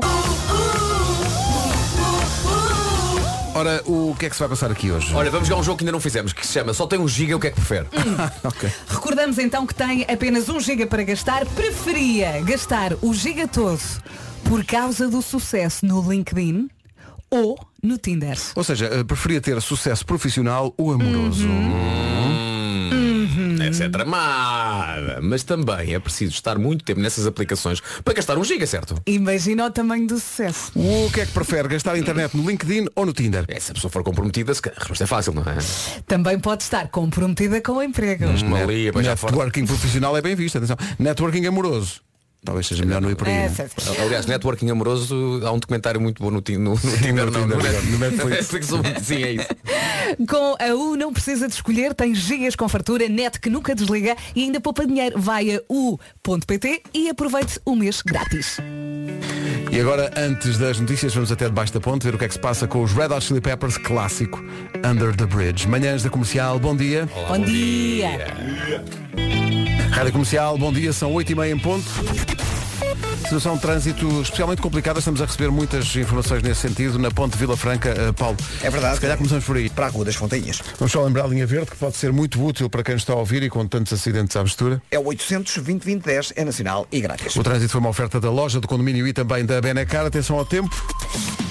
S1: Ora, o que é que se vai passar aqui hoje?
S2: Olha, vamos jogar um jogo que ainda não fizemos, que se chama Só tem um giga, o que é que prefere?
S3: Recordamos então que tem apenas um giga para gastar. Preferia gastar o giga todo por causa do sucesso no LinkedIn ou no Tinder.
S1: Ou seja, eh, preferia ter sucesso profissional ou amoroso.
S3: Hum.
S2: Essa é tramada, mas também é preciso estar muito tempo nessas aplicações para gastar um giga, certo?
S3: Imagina o tamanho do sucesso.
S1: O que é que prefere, gastar a internet no LinkedIn ou no Tinder?
S2: É, se a pessoa for comprometida, se calhar, a resposta é fácil, não é?
S3: Também pode estar comprometida com o emprego.
S2: Uma é ali, beijar fora.
S1: Networking profissional é bem visto, atenção. Networking amoroso. Talvez seja melhor não ir por aí.
S3: É,
S1: né?
S3: certo.
S2: Aliás, networking amoroso, há um documentário muito bom no, Ti- no, no Tinder, não,
S1: Tinder,
S2: no Net-
S1: no Netflix.
S2: Netflix. Sim, é isso.
S3: Com a U não precisa de escolher, tem gigas com fartura, net que nunca desliga e ainda poupa dinheiro. Vai a u.pt e aproveite o mês grátis.
S1: E agora, antes das notícias, vamos até debaixo da ponte ver o que é que se passa com os Red Hot Chili Peppers clássico Under the Bridge. Manhãs da Comercial, bom dia.
S3: bom, dia.
S1: Rádio Comercial, bom dia, são 8h30 em ponto. Situação de trânsito especialmente complicada, estamos a receber muitas informações nesse sentido na ponte Vila Franca, eh, Paulo.
S4: É verdade.
S1: Se calhar começamos por aí.
S4: Para a Rua das Fontainhas.
S1: Vamos só lembrar a linha verde que pode ser muito útil para quem nos está a ouvir e com tantos acidentes à mistura.
S4: É o 800-2020-10, é nacional e grátis.
S1: O trânsito foi uma oferta da loja do condomínio e também da Benacar. Atenção ao tempo.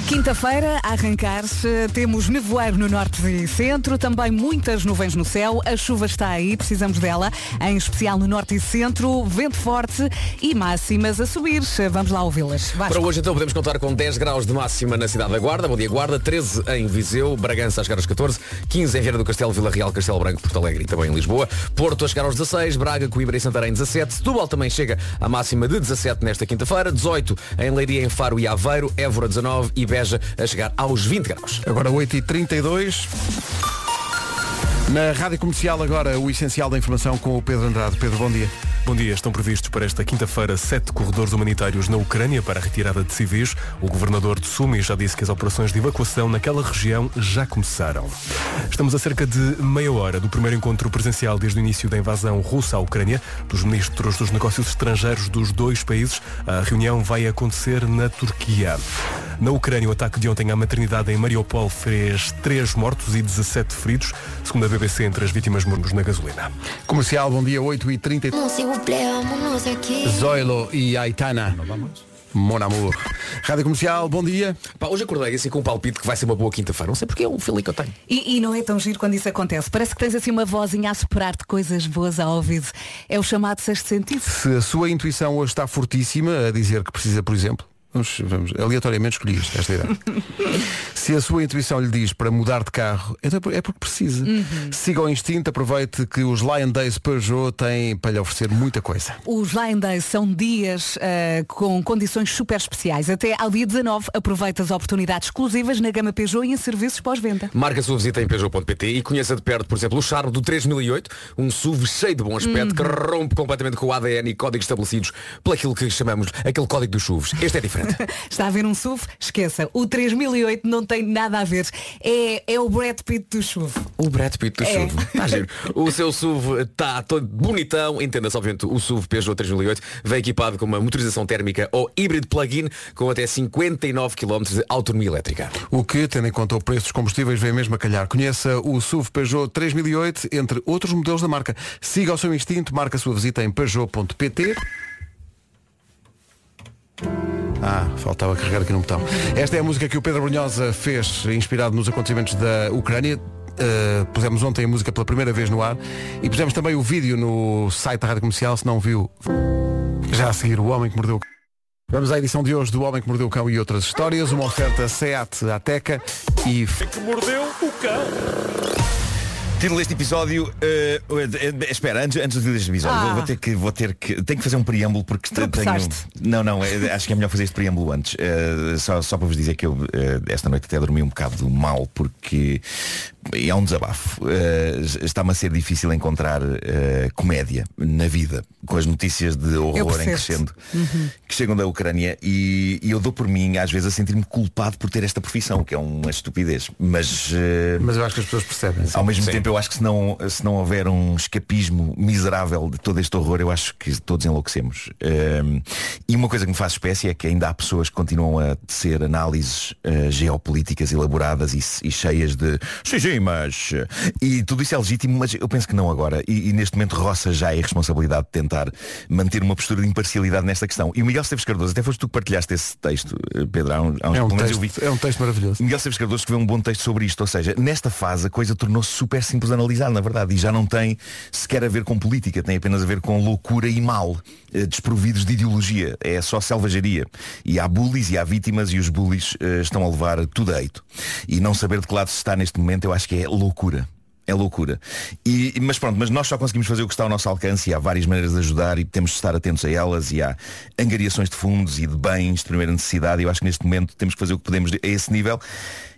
S3: Quinta-feira, a arrancar-se, temos nevoeiro no norte e centro, também muitas nuvens no céu, a chuva está aí, precisamos dela, em especial no norte e centro, vento forte e máximas a subir. Vamos lá ouvi-las.
S2: Para
S3: Vasco.
S2: hoje então podemos contar com 10 graus de máxima na cidade da Guarda, Bom dia Guarda, 13 em Viseu, Bragança a chegar aos 14, 15 em Vieira do Castelo, Vila Real, Castelo Branco, Porto Alegre e também em Lisboa, Porto a chegar aos 16, Braga, Coimbra e Santarém 17, Setúbal também chega à máxima de 17 nesta quinta-feira, 18 em Leiria, em Faro e Aveiro, Évora 19 e Beja a chegar aos 20 graus.
S1: Agora 8h32. Na Rádio Comercial agora o essencial da informação com o Pedro Andrade. Pedro, bom dia.
S11: Bom dia, estão previstos para esta quinta-feira sete corredores humanitários na Ucrânia para a retirada de civis. O governador de Sumi já disse que as operações de evacuação naquela região já começaram. Estamos a cerca de meia hora do primeiro encontro presencial desde o início da invasão russa à Ucrânia dos ministros dos negócios estrangeiros dos dois países. A reunião vai acontecer na Turquia. Na Ucrânia, o ataque de ontem à maternidade em Mariupol fez três mortos e 17 feridos, segundo a BBC, entre as vítimas mornos na gasolina.
S1: Comercial, bom dia, 8h33.
S12: S'il vous plaît, vámonos de aquí.
S1: Zoilo e Aitana. Mon amor. Rádio Comercial, bom dia.
S2: Pá, hoje acordei assim com um palpite que vai ser uma boa quinta-feira, não sei porque é um feeling que eu tenho.
S3: E, e não é tão giro quando isso acontece. Parece que tens assim uma vozinha a superar-te coisas boas ao ouvido. É o chamado sexto sentido.
S1: Se a sua intuição hoje está fortíssima a dizer que precisa, por exemplo, vamos, vamos aleatoriamente escolhi isto, esta idade. Se a sua intuição lhe diz para mudar de carro, então é por- é porque precisa. Siga o instinto, aproveite que os Lion Days Peugeot têm para lhe oferecer muita coisa.
S3: Os Lion Days são dias eh, com condições super especiais. Até ao dia 19, aproveita as oportunidades exclusivas na gama Peugeot e em serviços pós-venda.
S2: Marca a sua visita em Peugeot.pt e conheça de perto, por exemplo, o Charme do 3008, um SUV cheio de bom aspecto que rompe completamente com o ADN e códigos estabelecidos pelaquilo que chamamos aquele código dos SUVs. Este é diferente.
S3: Está a ver um SUV? Esqueça, o 3008 não tem tem nada a ver. É, é o Brad Pitt do chuvo.
S2: O Brad Pitt do
S3: É.
S2: SUV. Tá giro. O seu SUV está todo bonitão. Entenda-se, obviamente, o SUV Peugeot 3008 vem equipado com uma motorização térmica ou híbrido plug-in com até 59 km de autonomia elétrica.
S1: O que, tendo em conta o preço dos combustíveis, vem mesmo a calhar. Conheça o SUV Peugeot 3008, entre outros modelos da marca. Siga o seu instinto, marca a sua visita em peugeot.pt. Ah, faltava carregar aqui no botão. Esta é a música que o Pedro Brunhosa fez, inspirado nos acontecimentos da Ucrânia. Uh, pusemos ontem a música pela primeira vez no ar e pusemos também o vídeo no site da Rádio Comercial, se não viu. Já a seguir, o homem que mordeu o cão. Vamos à edição de hoje do Homem que Mordeu o Cão e outras histórias, uma oferta SEAT Ateca e
S13: que mordeu o cão.
S14: Título deste episódio. eh, eh, eh, espera, antes, antes do título deste episódio,
S13: Ah.
S14: vou, vou ter que, vou ter que. Tenho que fazer um preâmbulo porque te- tenho.
S13: Tropeçaste.
S14: Não, não, eh, acho que é melhor fazer este preâmbulo antes. Eh, só, só para vos dizer que eu eh, esta noite até dormi um bocado mal porque é um desabafo. Eh, Está-me a ser difícil encontrar eh, comédia na vida, com as notícias de
S4: um
S14: horror em
S13: percebo-te.
S14: crescendo que chegam da Ucrânia e, e eu dou por mim, às vezes, a sentir-me culpado por ter esta profissão, que é uma estupidez. Mas,
S1: Mas eu acho que as pessoas percebem.
S14: Ao mesmo
S1: Sim.
S14: tempo, eu acho que se não, se não houver um escapismo miserável de todo este horror, eu acho que todos enlouquecemos. Um, e uma coisa que me faz espécie é que ainda há pessoas que continuam a tecer análises eh, geopolíticas elaboradas e, e cheias de sim, sim, mas. E tudo isso é legítimo, mas eu penso que não agora. E, e neste momento roça já a irresponsabilidade de tentar manter uma postura de imparcialidade nesta questão. E o Miguel Esteves Cardoso, até foste tu que partilhaste esse texto, eh, Pedro, há, uns- há uns
S1: É um,
S14: pelo menos eu vi.
S1: texto, é um texto maravilhoso.
S14: Miguel Esteves Cardoso escreveu um bom texto sobre isto, ou seja, nesta fase a coisa tornou-se super simples de analisar, na verdade, e já não tem sequer a ver com política, tem apenas a ver com loucura e mal, eh, desprovidos de ideologia, é só selvageria. E há bullies e há vítimas e os bullies eh, estão a levar tudo a eito. E não saber de que lado se está neste momento, eu acho que é loucura. É loucura. E, e- mas pronto, mas nós só conseguimos fazer o que está ao nosso alcance e há várias maneiras de ajudar e temos de estar atentos a elas e há angariações de fundos e de bens de primeira necessidade. E eu acho que neste momento temos que fazer o que podemos a esse nível.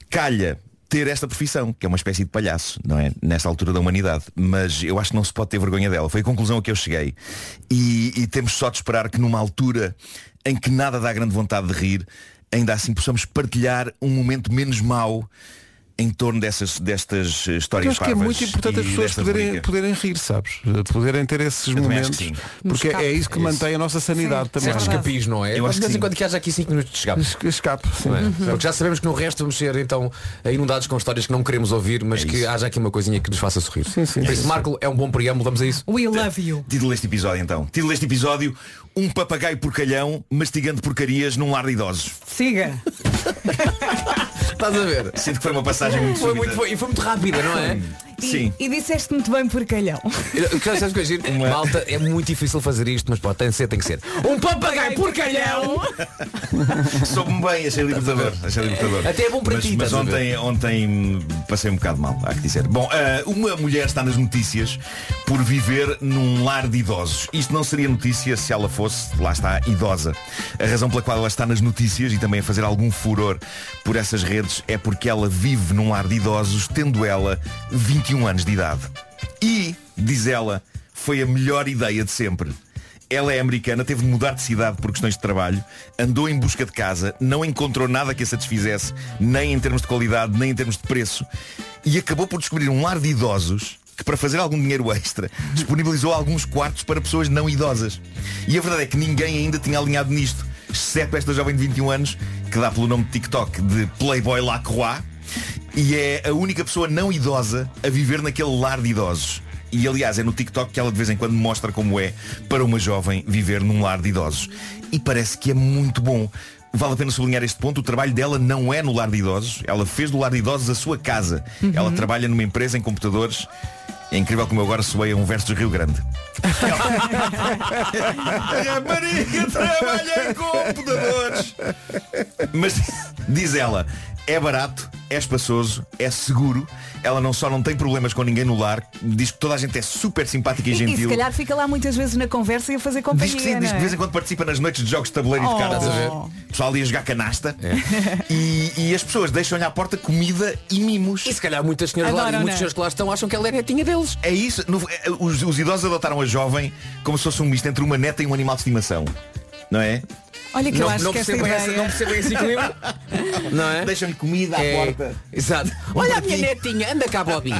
S14: Calha ter esta profissão, que é uma espécie de palhaço, não é? Nesta altura da humanidade. Mas eu acho que não se pode ter vergonha dela. Foi a conclusão a que eu cheguei. E, e temos só de esperar que numa altura em que nada dá grande vontade de rir, ainda assim possamos partilhar um momento menos mau em torno dessas, destas eh, histórias
S1: Eu acho que é
S14: parvas
S1: muito importante
S14: e
S1: as pessoas
S14: desta
S1: poderem,
S14: rubrica.
S1: poderem rir, sabes? Poderem ter esses
S14: também
S1: momentos.
S14: acho que sim.
S1: Porque
S14: Um escape.
S1: é isso que
S14: Isso.
S1: mantém a nossa sanidade
S2: Sim.
S1: também.
S2: Certos escapismos, não é? Eu acho que De vez em sim. quando
S1: que haja aqui 5 minutos de escape. Escape, sim.
S2: Não é?
S1: Uhum.
S2: Porque já sabemos que no resto vamos ser então inundados com histórias que não queremos ouvir,
S14: É
S2: mas que haja aqui uma coisinha que nos faça sorrir. Sim, sim. Por isso, Marco, é um bom preâmbulo, vamos a isso.
S3: We love you.
S14: Título deste episódio então. Título deste episódio, um papagaio porcalhão mastigando porcarias num lar de idosos.
S3: Siga.
S14: Estás a ver? Sinto que foi uma passagem muito
S2: Foi
S14: súbita.
S2: muito, foi- e foi muito rápida, não é?
S3: E, e disseste muito bem porcalhão.
S2: Eu- sabes- sabes que eu giro? Malta, é muito difícil fazer isto, mas pode, tem que ser, tem que ser. Um papagaio porcalhão!
S14: Soube-me bem, achei libertador. Achei libertador.
S2: Até é bom para
S14: mas,
S2: ti,
S14: Mas
S2: estás a
S14: ontem,
S2: ver?
S14: ontem passei um bocado mal, há que dizer. Bom, ah, uma mulher está nas notícias por viver num lar de idosos. Isto não seria notícia se ela fosse, lá está, idosa. A razão pela qual ela está nas notícias e também a fazer algum furor por essas redes é porque ela vive num lar de idosos, tendo ela 21 anos de idade. E, diz ela, foi a melhor ideia de sempre. Ela é americana, teve de mudar de cidade por questões de trabalho, andou em busca de casa, não encontrou nada que a satisfizesse, nem em termos de qualidade, nem em termos de preço, e acabou por descobrir um lar de idosos que, para fazer algum dinheiro extra, disponibilizou alguns quartos para pessoas não idosas. E a verdade é que ninguém ainda tinha alinhado nisto, exceto esta jovem de 21 anos, que dá pelo nome de TikTok de Playboy Lacroix, e é a única pessoa não idosa a viver naquele lar de idosos. E aliás, é no TikTok que ela de vez em quando mostra como é para uma jovem viver num lar de idosos. E parece que é muito bom. Vale a pena sublinhar este ponto, o trabalho dela não é no lar de idosos, ela fez do lar de idosos a sua casa.
S13: Uhum.
S14: Ela trabalha numa empresa em computadores. É incrível como eu agora soei a um verso do Rio Grande. Maria trabalha em computadores. Mas diz ela, é barato, é espaçoso, é seguro. Ela não só não tem problemas com ninguém no lar, diz que toda a gente é super simpática
S3: E,
S14: e
S3: e se
S14: gentil.
S3: calhar fica lá muitas vezes na conversa e a fazer companhia. é?
S14: Diz que sim, diz que de vez em quando participa nas noites de jogos de tabuleiro e
S3: Oh.
S14: de cartas.
S3: Estás a ver?
S14: O pessoal ali a jogar canasta. E, e as pessoas deixam-lhe à porta comida e mimos. E se
S2: calhar muitas senhoras lá- Adoram, muitos não é? senhores que lá estão acham que ela é netinha deles.
S14: É isso. No- é, os, os idosos adotaram a jovem como se fosse um misto entre uma neta e um animal de estimação. Não é?
S3: Olha que
S2: não,
S3: eu acho
S2: não
S3: que essa
S2: percebo
S3: ideia...
S2: essa- não percebo esse equilíbrio. Não é?
S14: Deixam-lhe comida à
S2: É,
S14: porta.
S2: Exato. Olha a minha netinha, anda cá, Bobby.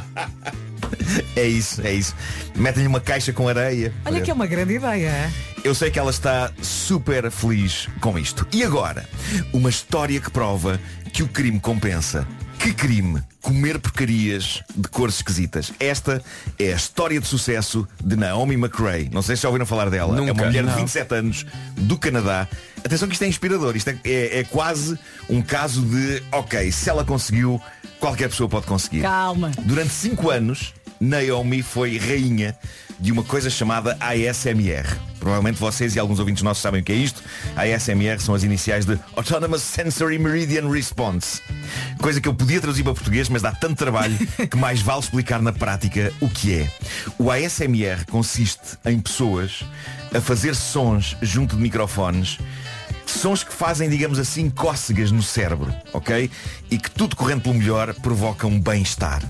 S14: É isso, é isso. Metem-lhe uma caixa com areia.
S3: Olha que é uma grande ideia.
S14: Eu sei que ela está super feliz com isto. E agora, uma história que prova que o crime compensa. Que crime? Comer porcarias de cores esquisitas. Esta é a história de sucesso de Naomi McRae. Não sei se já ouviram falar dela. é
S2: Nunca.
S14: uma mulher
S2: Não.
S14: de 27 anos do Canadá. Atenção que isto é inspirador. Isto é, é- é quase um caso de, ok, se ela conseguiu, qualquer pessoa pode conseguir.
S3: Calma.
S14: Durante 5 anos, Naomi foi rainha de uma coisa chamada ASMR. Provavelmente vocês e alguns ouvintes nossos sabem o que é isto. ASMR são as iniciais de Autonomous Sensory Meridian Response. Coisa que eu podia traduzir para português, mas dá tanto trabalho que mais vale explicar na prática o que é. O ASMR consiste em pessoas a fazer sons junto de microfones Sons que fazem, digamos assim, cócegas no cérebro, ok? E que tudo correndo pelo melhor provocam um bem-estar.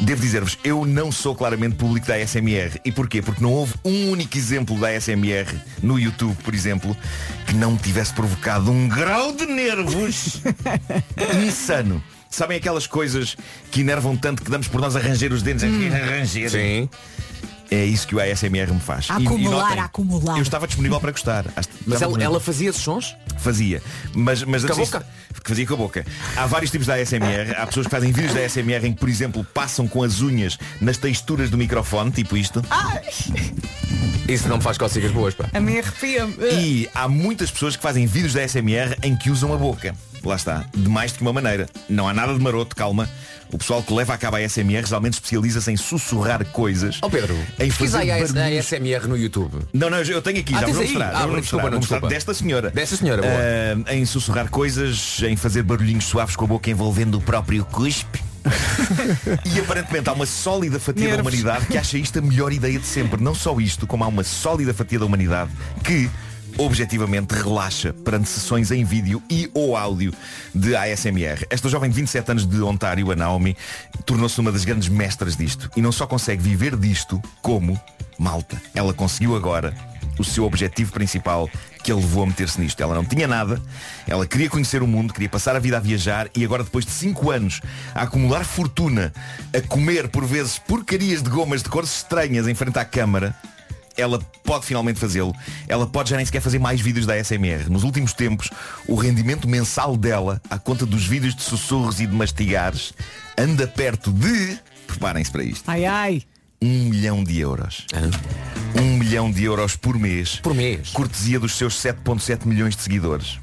S14: Devo dizer-vos, eu não sou claramente público da ASMR. E porquê? Porque não houve um único exemplo da ASMR no YouTube, por exemplo, que não me tivesse provocado um grau de nervos insano. Sabem aquelas coisas que enervam tanto que damos por nós a ranger os dentes? A ranger. Sim. É isso que o ASMR me faz.
S3: A acumular,
S14: notem,
S3: a acumular.
S14: Eu estava disponível para gostar.
S2: Mas ela- ela
S14: fazia esses sons? Fazia. Mas, mas
S2: Com a
S14: antes disso-
S2: boca?
S14: que fazia com a boca. Há vários tipos da ASMR. Há pessoas que fazem vídeos da ASMR em que, por exemplo, passam com as unhas nas texturas do microfone, tipo isto. Isso não faz cócegas boas, pá.
S3: A mim arrepia-me.
S14: E há muitas pessoas que fazem vídeos da SMR em que usam a boca. Lá está, de mais do que uma maneira. Não há nada de maroto, calma. O pessoal que leva a cabo a SMR realmente especializa-se em sussurrar coisas. Ó Pedro, em
S2: Oh, Pesquisa
S14: fazer
S2: aí a
S14: barulhos.
S2: SMR no YouTube.
S14: Não, não, eu tenho aqui,
S2: Ah,
S14: já
S2: tens
S14: vou
S2: aí?
S14: mostrar. já
S2: Ah,
S14: vou
S2: não,
S14: mostrar,
S2: desculpa, não,
S14: vou mostrar.
S2: desculpa.
S14: Desta senhora.
S2: Desta senhora, boa.
S14: Ah, em sussurrar coisas, em fazer barulhinhos suaves com a boca envolvendo o próprio cuspe. e aparentemente há uma sólida fatia da
S2: Nervos.
S14: humanidade que acha isto a melhor ideia de sempre. Não só isto, como há uma sólida fatia da humanidade que objetivamente relaxa perante sessões em vídeo e ou áudio de ASMR. Esta jovem de 27 anos de Ontário, a Naomi, tornou-se uma das grandes mestras disto. E não só consegue viver disto, como, malta, ela conseguiu agora o seu objetivo principal que a levou a meter-se nisto. Ela não tinha nada, ela queria conhecer o mundo, queria passar a vida a viajar e agora depois de 5 anos a acumular fortuna, a comer por vezes porcarias de gomas de cores estranhas em frente à câmara, ela pode finalmente fazê-lo. Ela pode já nem sequer fazer mais vídeos da SMR. Nos últimos tempos, o rendimento mensal dela, à conta dos vídeos de sussurros e de mastigares, anda perto de, preparem-se para isto,
S3: Ai, ai.
S14: um milhão de euros. Um milhão de euros por mês. Por mês. Cortesia dos seus 7.7 milhões de seguidores.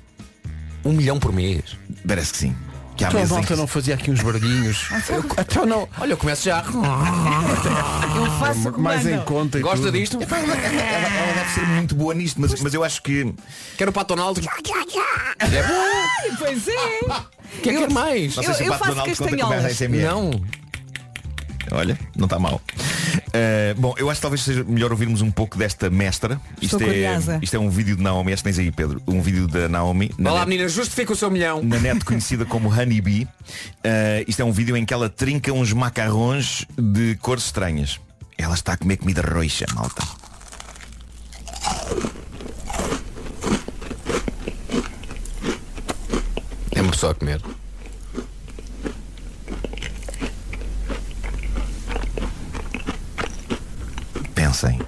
S14: Um milhão por mês? Parece que sim. Que há
S1: Então a
S14: meses em
S1: volta
S14: que-
S1: não fazia aqui uns barulhinhos. Eu- então não. Olha, eu começo já.
S3: Eu faço
S1: Mais em
S3: comando.
S1: conta e tudo.
S14: Epá, Ela, ela- ela deve ser muito boa nisto, mas, mas eu acho que. Quero o Pato Donaldo.
S3: Ai, pois é.
S2: Quem
S3: Eu-
S2: quer mais?
S14: Não
S3: Eu,
S14: sei se o
S3: eu
S14: Pato
S3: faço
S14: Donaldo conta como é da
S3: castanholas.
S14: SMR. Olha, não está mal. Uh, bom, eu acho que talvez seja melhor ouvirmos um pouco desta mestra.
S2: Estou curiosa.
S14: é, isto é um vídeo de Naomi, acho que tens aí, Pedro. Um vídeo da Naomi. na
S2: Vá lá,
S14: net.
S2: menina, justifica o seu milhão.
S14: na net conhecida como Honey Bee. Uh, isto é um vídeo em que ela trinca uns macarrões de cores estranhas. Ela está a comer comida roxa, malta.
S2: É uma pessoa a comer.
S14: Pensem.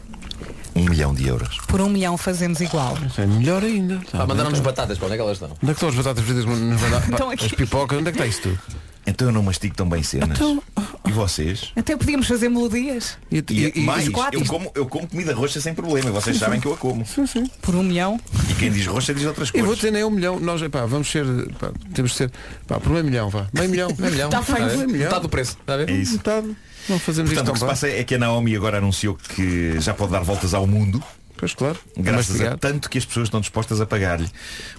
S14: Um milhão de euros.
S3: Por um milhão fazemos igual.
S1: É melhor ainda.
S2: Pá, mandaram-nos batatas, pá, onde é que elas estão?
S1: Onde é que estão as batatas fritas? Nos manda- pá,
S3: Estão aqui.
S1: As pipocas, onde é que está isso tudo?
S14: Então eu não mastigo tão bem cenas.
S3: Então-
S14: E vocês?
S3: Até podíamos fazer melodias.
S14: E, mais,
S3: quatro,
S14: eu
S3: isto-
S14: como, eu como comida roxa sem problema. e Vocês sabem que eu a como.
S3: Por um milhão.
S14: E quem diz roxa diz outras
S1: E
S14: coisas.
S1: vou ter nem um milhão. Nós, pá, vamos ser. Pá, temos de ser. Pá, por meio milhão, vá. Meio milhão.
S2: Meio milhão.
S1: Tá
S2: Está
S1: feito.
S2: a ver?
S1: Meio milhão.
S2: Metade do preço. Está a ver?
S14: É isso.
S1: Metade. Não fazemos isto
S14: Portanto, o
S1: tão
S14: que se
S1: bem.
S14: passa é que a Naomi agora anunciou que já pode dar voltas ao mundo.
S1: Pois claro.
S14: Graças a
S1: Mastigar.
S14: tanto que as pessoas estão dispostas a pagar-lhe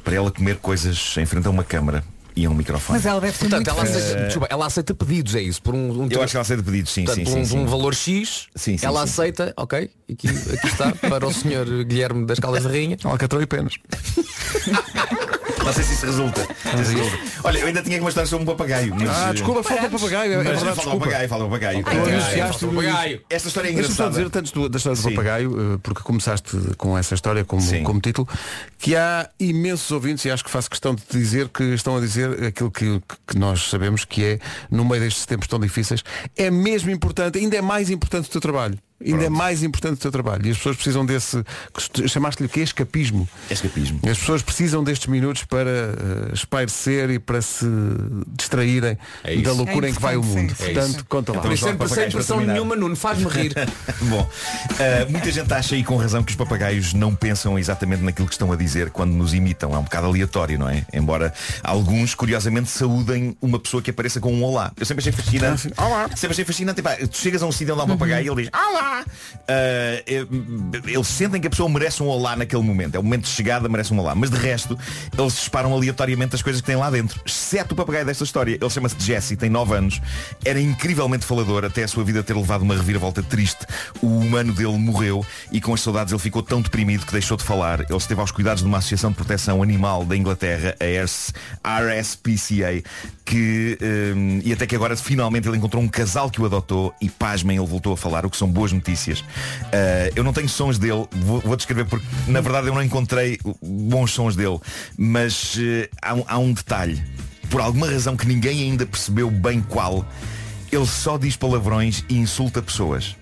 S14: para ela comer coisas em frente a uma câmara e a um microfone.
S3: Mas ela deve ser
S2: Portanto,
S3: muito
S2: ela
S3: feliz.
S2: aceita, desculpa, ela aceita pedidos, é isso? Por um, um
S14: Eu acho que ela aceita pedidos, sim, sim,
S2: Portanto, por
S14: sim,
S2: um,
S14: sim.
S2: um valor X,
S14: Sim, sim,
S2: ela
S14: sim.
S2: aceita, ok, aqui, aqui está, para o senhor Guilherme das Caldas da Rainha.
S1: Alcatrão e penas.
S14: Não sei se isso resulta. Resulta. Olha, eu ainda tinha que mostrar sobre um papagaio. mas,
S1: Ah,
S14: eh,
S1: desculpa, falta o papagaio. É
S14: mas
S1: verdade,
S14: fala o
S1: desculpa.
S14: papagaio, fala o papagaio.
S1: Tu anunciaste-
S14: Esta história é
S1: Deixa-me só
S14: engraçada.
S1: dizer, antes do- da história do papagaio, eh, porque começaste com essa história como, como título, que há imensos ouvintes, e acho que faço questão de te dizer, que estão a dizer aquilo que, que nós sabemos, que é, no meio destes tempos tão difíceis, é mesmo importante, ainda é mais importante o teu trabalho. Ainda é mais importante o teu trabalho. E as pessoas precisam desse. que Chamaste-lhe o quê? Escapismo.
S14: É Escapismo.
S1: As pessoas precisam destes minutos para eh, espairecer e para se distraírem
S14: É isso.
S1: da loucura
S14: É
S1: em que vai o
S14: importante,
S1: mundo.
S14: sim, sim.
S1: Portanto,
S14: É isso.
S1: conta lá.
S14: Então, Mas sempre- sem pressão nenhuma,
S10: Nuno, faz-me rir.
S14: Bom, uh, muita gente acha e com razão que os papagaios não pensam exatamente naquilo que estão a dizer quando nos imitam. É um bocado aleatório, não é? Embora alguns, curiosamente, saúdem uma pessoa que apareça com um olá. Eu sempre achei fascinante. Olá. Sempre achei fascinante. Epá, tu chegas a um sítio onde há um papagaio e ele diz Olá! Uh, eh, eles sentem que a pessoa merece um olá naquele momento. É o momento de chegada, merece um olá. Mas de resto, eles disparam aleatoriamente as coisas que têm lá dentro. Exceto o papagaio desta história. Ele chama-se Jesse, tem 9 anos. Era incrivelmente falador até a sua vida ter levado uma reviravolta triste. O humano dele morreu e com as saudades ele ficou tão deprimido que deixou de falar. Ele esteve aos cuidados de uma associação de proteção animal da Inglaterra, a RS RSPCA, que hum, e até que agora finalmente ele encontrou um casal que o adotou e pasmem, ele voltou a falar, o que são boas notícias. Ah, eu não tenho sons dele, vou, vou descrever porque na verdade eu não encontrei bons sons dele, mas eh, há, um- há um detalhe, por alguma razão que ninguém ainda percebeu bem qual, ele só diz palavrões e insulta pessoas.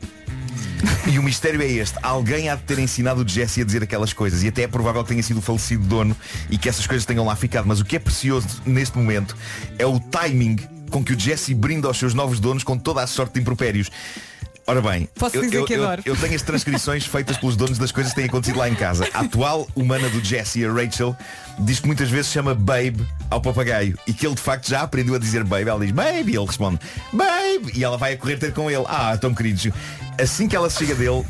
S14: E o mistério é este. Alguém há de ter ensinado o Jesse a dizer aquelas coisas. E até é provável que tenha sido o falecido dono e que essas coisas tenham lá ficado. Mas o que é precioso neste momento é o timing com que o Jesse brinda aos seus novos donos com toda a sorte de impropérios. Ora bem,
S15: Posso
S14: eu,
S15: dizer
S14: eu-
S15: que
S14: eu-
S15: adoro.
S14: eu tenho as transcrições feitas pelos donos das coisas que têm acontecido lá em casa. A atual humana do Jesse, a Rachel, diz que muitas vezes chama Babe ao papagaio e que ele de facto já aprendeu a dizer Babe. Ela diz Babe e ele responde Babe e ela vai a correr ter com ele. Ah, tão queridos. Assim que ela se chega dele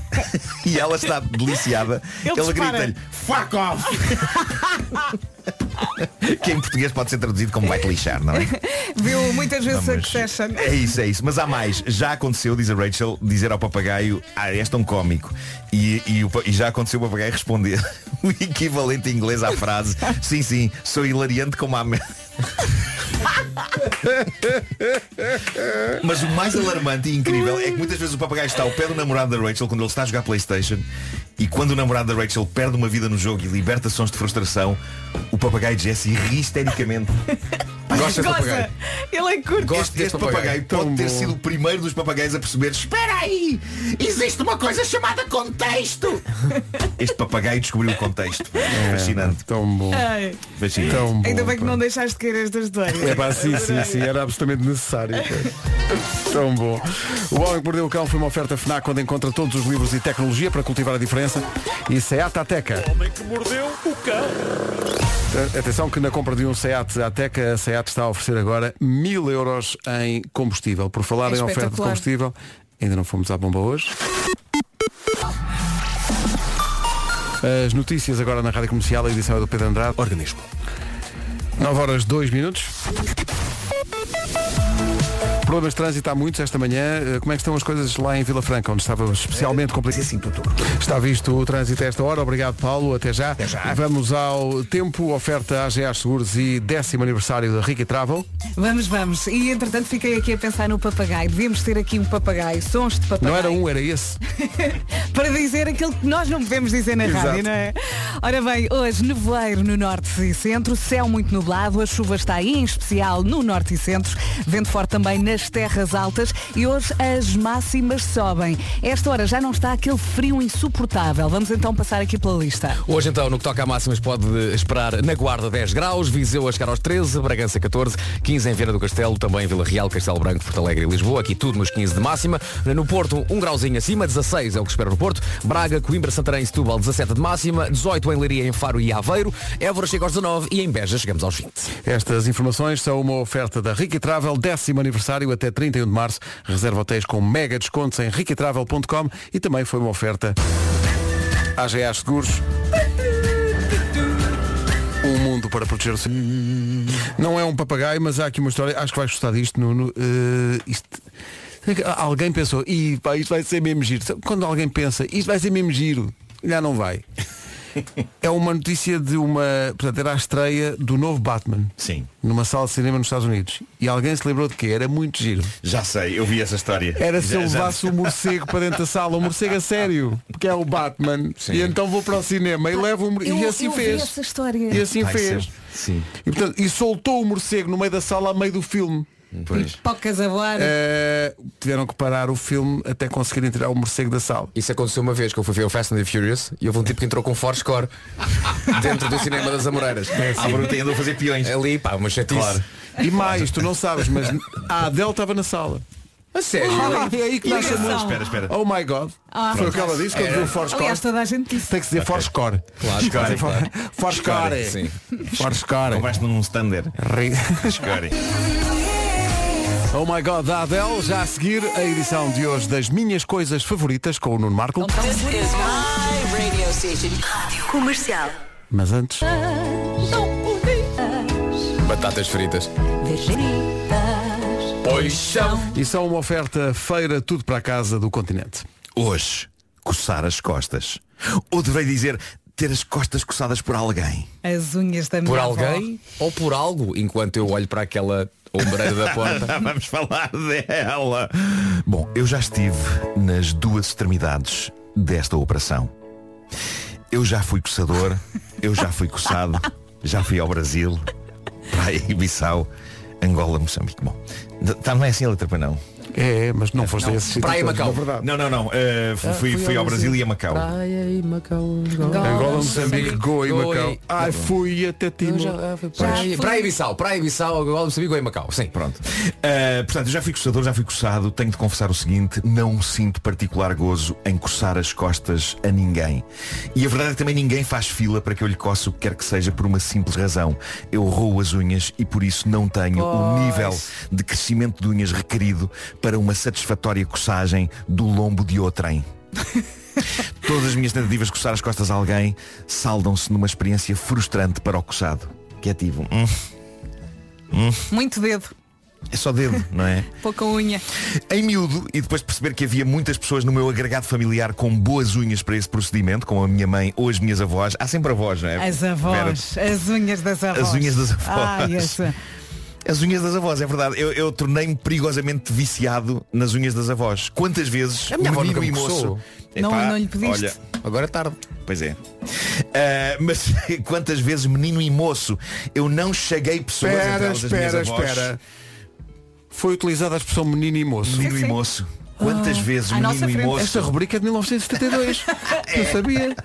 S14: e ela está deliciada,
S15: Ele
S14: ele,
S15: dispara.
S14: grita-lhe Fuck off! que em português pode ser traduzido como vai-te lixar, não é?
S3: Viu muitas vezes a Succession.
S14: É isso, é isso. Mas há mais. Já aconteceu, diz a Rachel, dizer ao papagaio, ah, és tão cómico. E, e o pa- e já aconteceu o papagaio responder o equivalente em inglês à frase, sim, sim, sou hilariante como a merda. Mas o mais alarmante e incrível é que muitas vezes o papagaio está ao pé do namorado da Rachel quando ele está a jogar Playstation e quando o namorado da Rachel perde uma vida no jogo e liberta sons de frustração, o papagaio Jesse ri histericamente. Gosta do papagaio.
S3: Ele é curto.
S14: Gosto deste papagaio. Pode ter sido o primeiro dos papagaios a perceber. Espera aí! Existe uma coisa chamada contexto! Este papagaio descobriu o contexto. É Fascinante.
S1: Tão bom.
S3: Ai.
S14: Fascinante.
S3: Ah, Ainda bem que não deixaste cair esta história.
S1: É pá, sim, sim, sim, era absolutamente necessário. Tão bom. O Homem que Mordeu o Cão foi uma oferta FNAC onde encontra todos os livros e tecnologia para cultivar a diferença. E Seat Ateca.
S13: homem que mordeu o cão.
S1: A- Atenção que na compra de um Seat Ateca, a Seat está a oferecer agora mil euros em combustível. Por falar
S15: É
S1: em oferta de
S15: espetacular.
S1: combustível, ainda não fomos à bomba hoje. As notícias agora na Rádio Comercial, a edição é do Pedro Andrade.
S11: Organismo.
S1: 9 horas 2 minutos. Problemas de trânsito há muitos esta manhã. Eh, Como é que estão as coisas lá em Vila Franca, onde estava especialmente complicado? Está visto o trânsito a esta hora. Obrigado, Paulo. Eh, Até já. Vamos ao tempo, oferta AGA Seguros e décimo aniversário da Ricky Travel.
S3: Vamos, vamos. E entretanto fiquei aqui a pensar no papagaio. Devíamos ter aqui um papagaio, sons de papagaio.
S1: Não era um, era esse.
S3: para dizer aquilo que nós não podemos dizer na
S1: Exato.
S3: rádio, não é? Ora bem, hoje nevoeiro no norte e centro, céu muito nublado, a chuva está aí, em especial no norte e centro, vento forte também nas terras altas e hoje as máximas sobem. Esta hora já não está aquele frio insuportável. Vamos então passar aqui pela lista.
S2: Hoje então, no que toca a máximas, pode esperar na Guarda 10 graus, Viseu a chegar aos 13, Bragança 14, 15 em Viana do Castelo, também em Vila Real, Castelo Branco, Porto Alegre e Lisboa, aqui tudo nos 15 de máxima. No Porto, um grauzinho acima, 16 é o que espera no Porto, Braga, Coimbra, Santarém e Setúbal, 17 de máxima, 18 em Leiria, em Faro e Aveiro, Évora chega aos 19 e em Beja chegamos aos 20.
S1: Estas informações são uma oferta da Ricky Travel, décimo aniversário até 31 de março. Reserva hotéis com mega descontos em rickytravel.com e também foi uma oferta AGA Seguros. Um mundo para proteger o seu. Não é um papagaio, mas há aqui uma história. Acho que vais gostar disto, Nuno. Eh, isto- Alguém pensou, e pá, isto vai ser mesmo giro. Sabe Quando alguém pensa, isto vai ser mesmo giro, já não vai. É uma notícia de uma. Portanto, era a estreia do novo Batman.
S14: Sim.
S1: Numa sala de cinema nos Estados Unidos. E alguém se lembrou de quê? Era muito giro.
S14: Já sei, eu vi essa história.
S1: Era se
S14: Já-
S1: eu
S14: já-
S1: levasse o morcego para dentro da sala, o morcego a sério, porque é o Batman. E então vou para o cinema e levo o mor-
S3: Eu-
S1: E assim
S3: eu vi
S1: fez.
S3: essa história.
S1: E assim
S14: Vai
S1: fez.
S14: ser. Sim.
S1: E, portanto, e soltou o morcego no meio da sala a meio do filme.
S14: Pois.
S3: Pocas a voar.
S1: Eh, tiveram que parar o filme até conseguirem tirar o morcego da sala.
S2: Isso aconteceu uma vez que eu fui ver o Fast and the Furious e houve um tipo que entrou com Forscore dentro do cinema das Amoreiras.
S14: A Bruta andou a fazer peões.
S2: Ali, pá, uma chatice.
S14: Claro.
S1: E mais, tu não sabes, mas a Adele estava na sala.
S2: A sério?
S1: e é aí que nasce a
S3: Engraçado.
S1: música.
S14: Espera, espera.
S1: Oh my god.
S3: Ah.
S1: Foi o que ela disse
S14: É.
S1: quando viu o Forscore.
S3: Aliás, toda a gente disse.
S1: Tem que se dizer Forscore.
S2: Claro,
S1: Tem
S14: claro,
S1: que dizer Forscore.
S2: Sim.
S1: Forscore.
S14: Compraste num standard.
S1: Ri-
S14: Escorre.
S1: Oh my god, da Adele, já a seguir a edição de hoje das minhas coisas favoritas com o Nuno Marco.
S15: Comercial.
S1: Mas antes.
S2: Batatas fritas.
S15: Pois
S1: E são é uma oferta feira tudo para a casa do continente.
S14: Hoje, coçar as costas. Ou deverei dizer, ter as costas coçadas por alguém.
S3: As unhas da minha
S2: Por
S3: avó.
S2: alguém ou por algo, enquanto eu olho para aquela ombreira da porta.
S14: Vamos falar dela. Bom, eu já estive nas duas extremidades desta operação. Eu já fui coçador, eu já fui coçado, já fui ao Brasil, para aí, Bissau, Angola, Moçambique. Bom, tá, não é assim a letra, para não?
S1: É, é, mas não foste a esses
S2: Praia e
S1: sítios todos,
S2: Macau.
S1: na verdade.
S14: Não, não, não. eh, fui, fui, ao Brasil Ah, e a Macau.
S1: Angola, Moçambique, Goa e
S2: Goa e-
S1: Macau. Ai, fui até Timor.
S2: Praia Praia e Bissau, Praia e Bissau, agora não sabia que é em Macau. Sim.
S14: Pronto. Uh, portanto, eu já fui coçador, já fui coçado. Tenho de confessar o seguinte: não sinto particular gozo em coçar as costas a ninguém. E a verdade é que também ninguém faz fila para que eu lhe coce o que quer que seja por uma simples razão. Eu roo as unhas e por isso não tenho o nível de crescimento de unhas requerido para uma satisfatória coçagem do lombo de outrem. Todas as minhas tentativas de coçar as costas a alguém saldam-se numa experiência frustrante para o coçado. Que é tipo, hum,
S3: Muito dedo,
S14: é só dedo, não é?
S3: pouca unha.
S14: Em miúdo, e depois de perceber que havia muitas pessoas no meu agregado familiar com boas unhas para esse procedimento, como a minha mãe ou as minhas avós, há sempre avós, não é?
S3: As
S14: Vera?
S3: avós, as unhas das avós. Ah,
S14: As unhas das avós.
S3: Ai, essa.
S14: As unhas das avós, é verdade. Eu, eu tornei-me perigosamente viciado nas unhas das avós. Quantas vezes um
S2: A minha avó
S14: menino
S2: nunca me
S14: e
S2: coçou.
S3: Não- não lhe pediste?
S14: Olha,
S2: Agora é tarde.
S14: Pois é. Ah, mas quantas vezes, menino e moço, eu não cheguei pessoas entre
S1: Espera,
S14: elas, as minhas
S1: espera,
S14: avós.
S1: espera. Foi utilizada a expressão menino e moço.
S3: Sim,
S14: Menino e
S3: sim.
S14: moço. Quantas vezes,
S3: à nossa
S14: menino e
S3: frente.
S14: moço.
S1: Esta rubrica é de 1972. Eu sabia.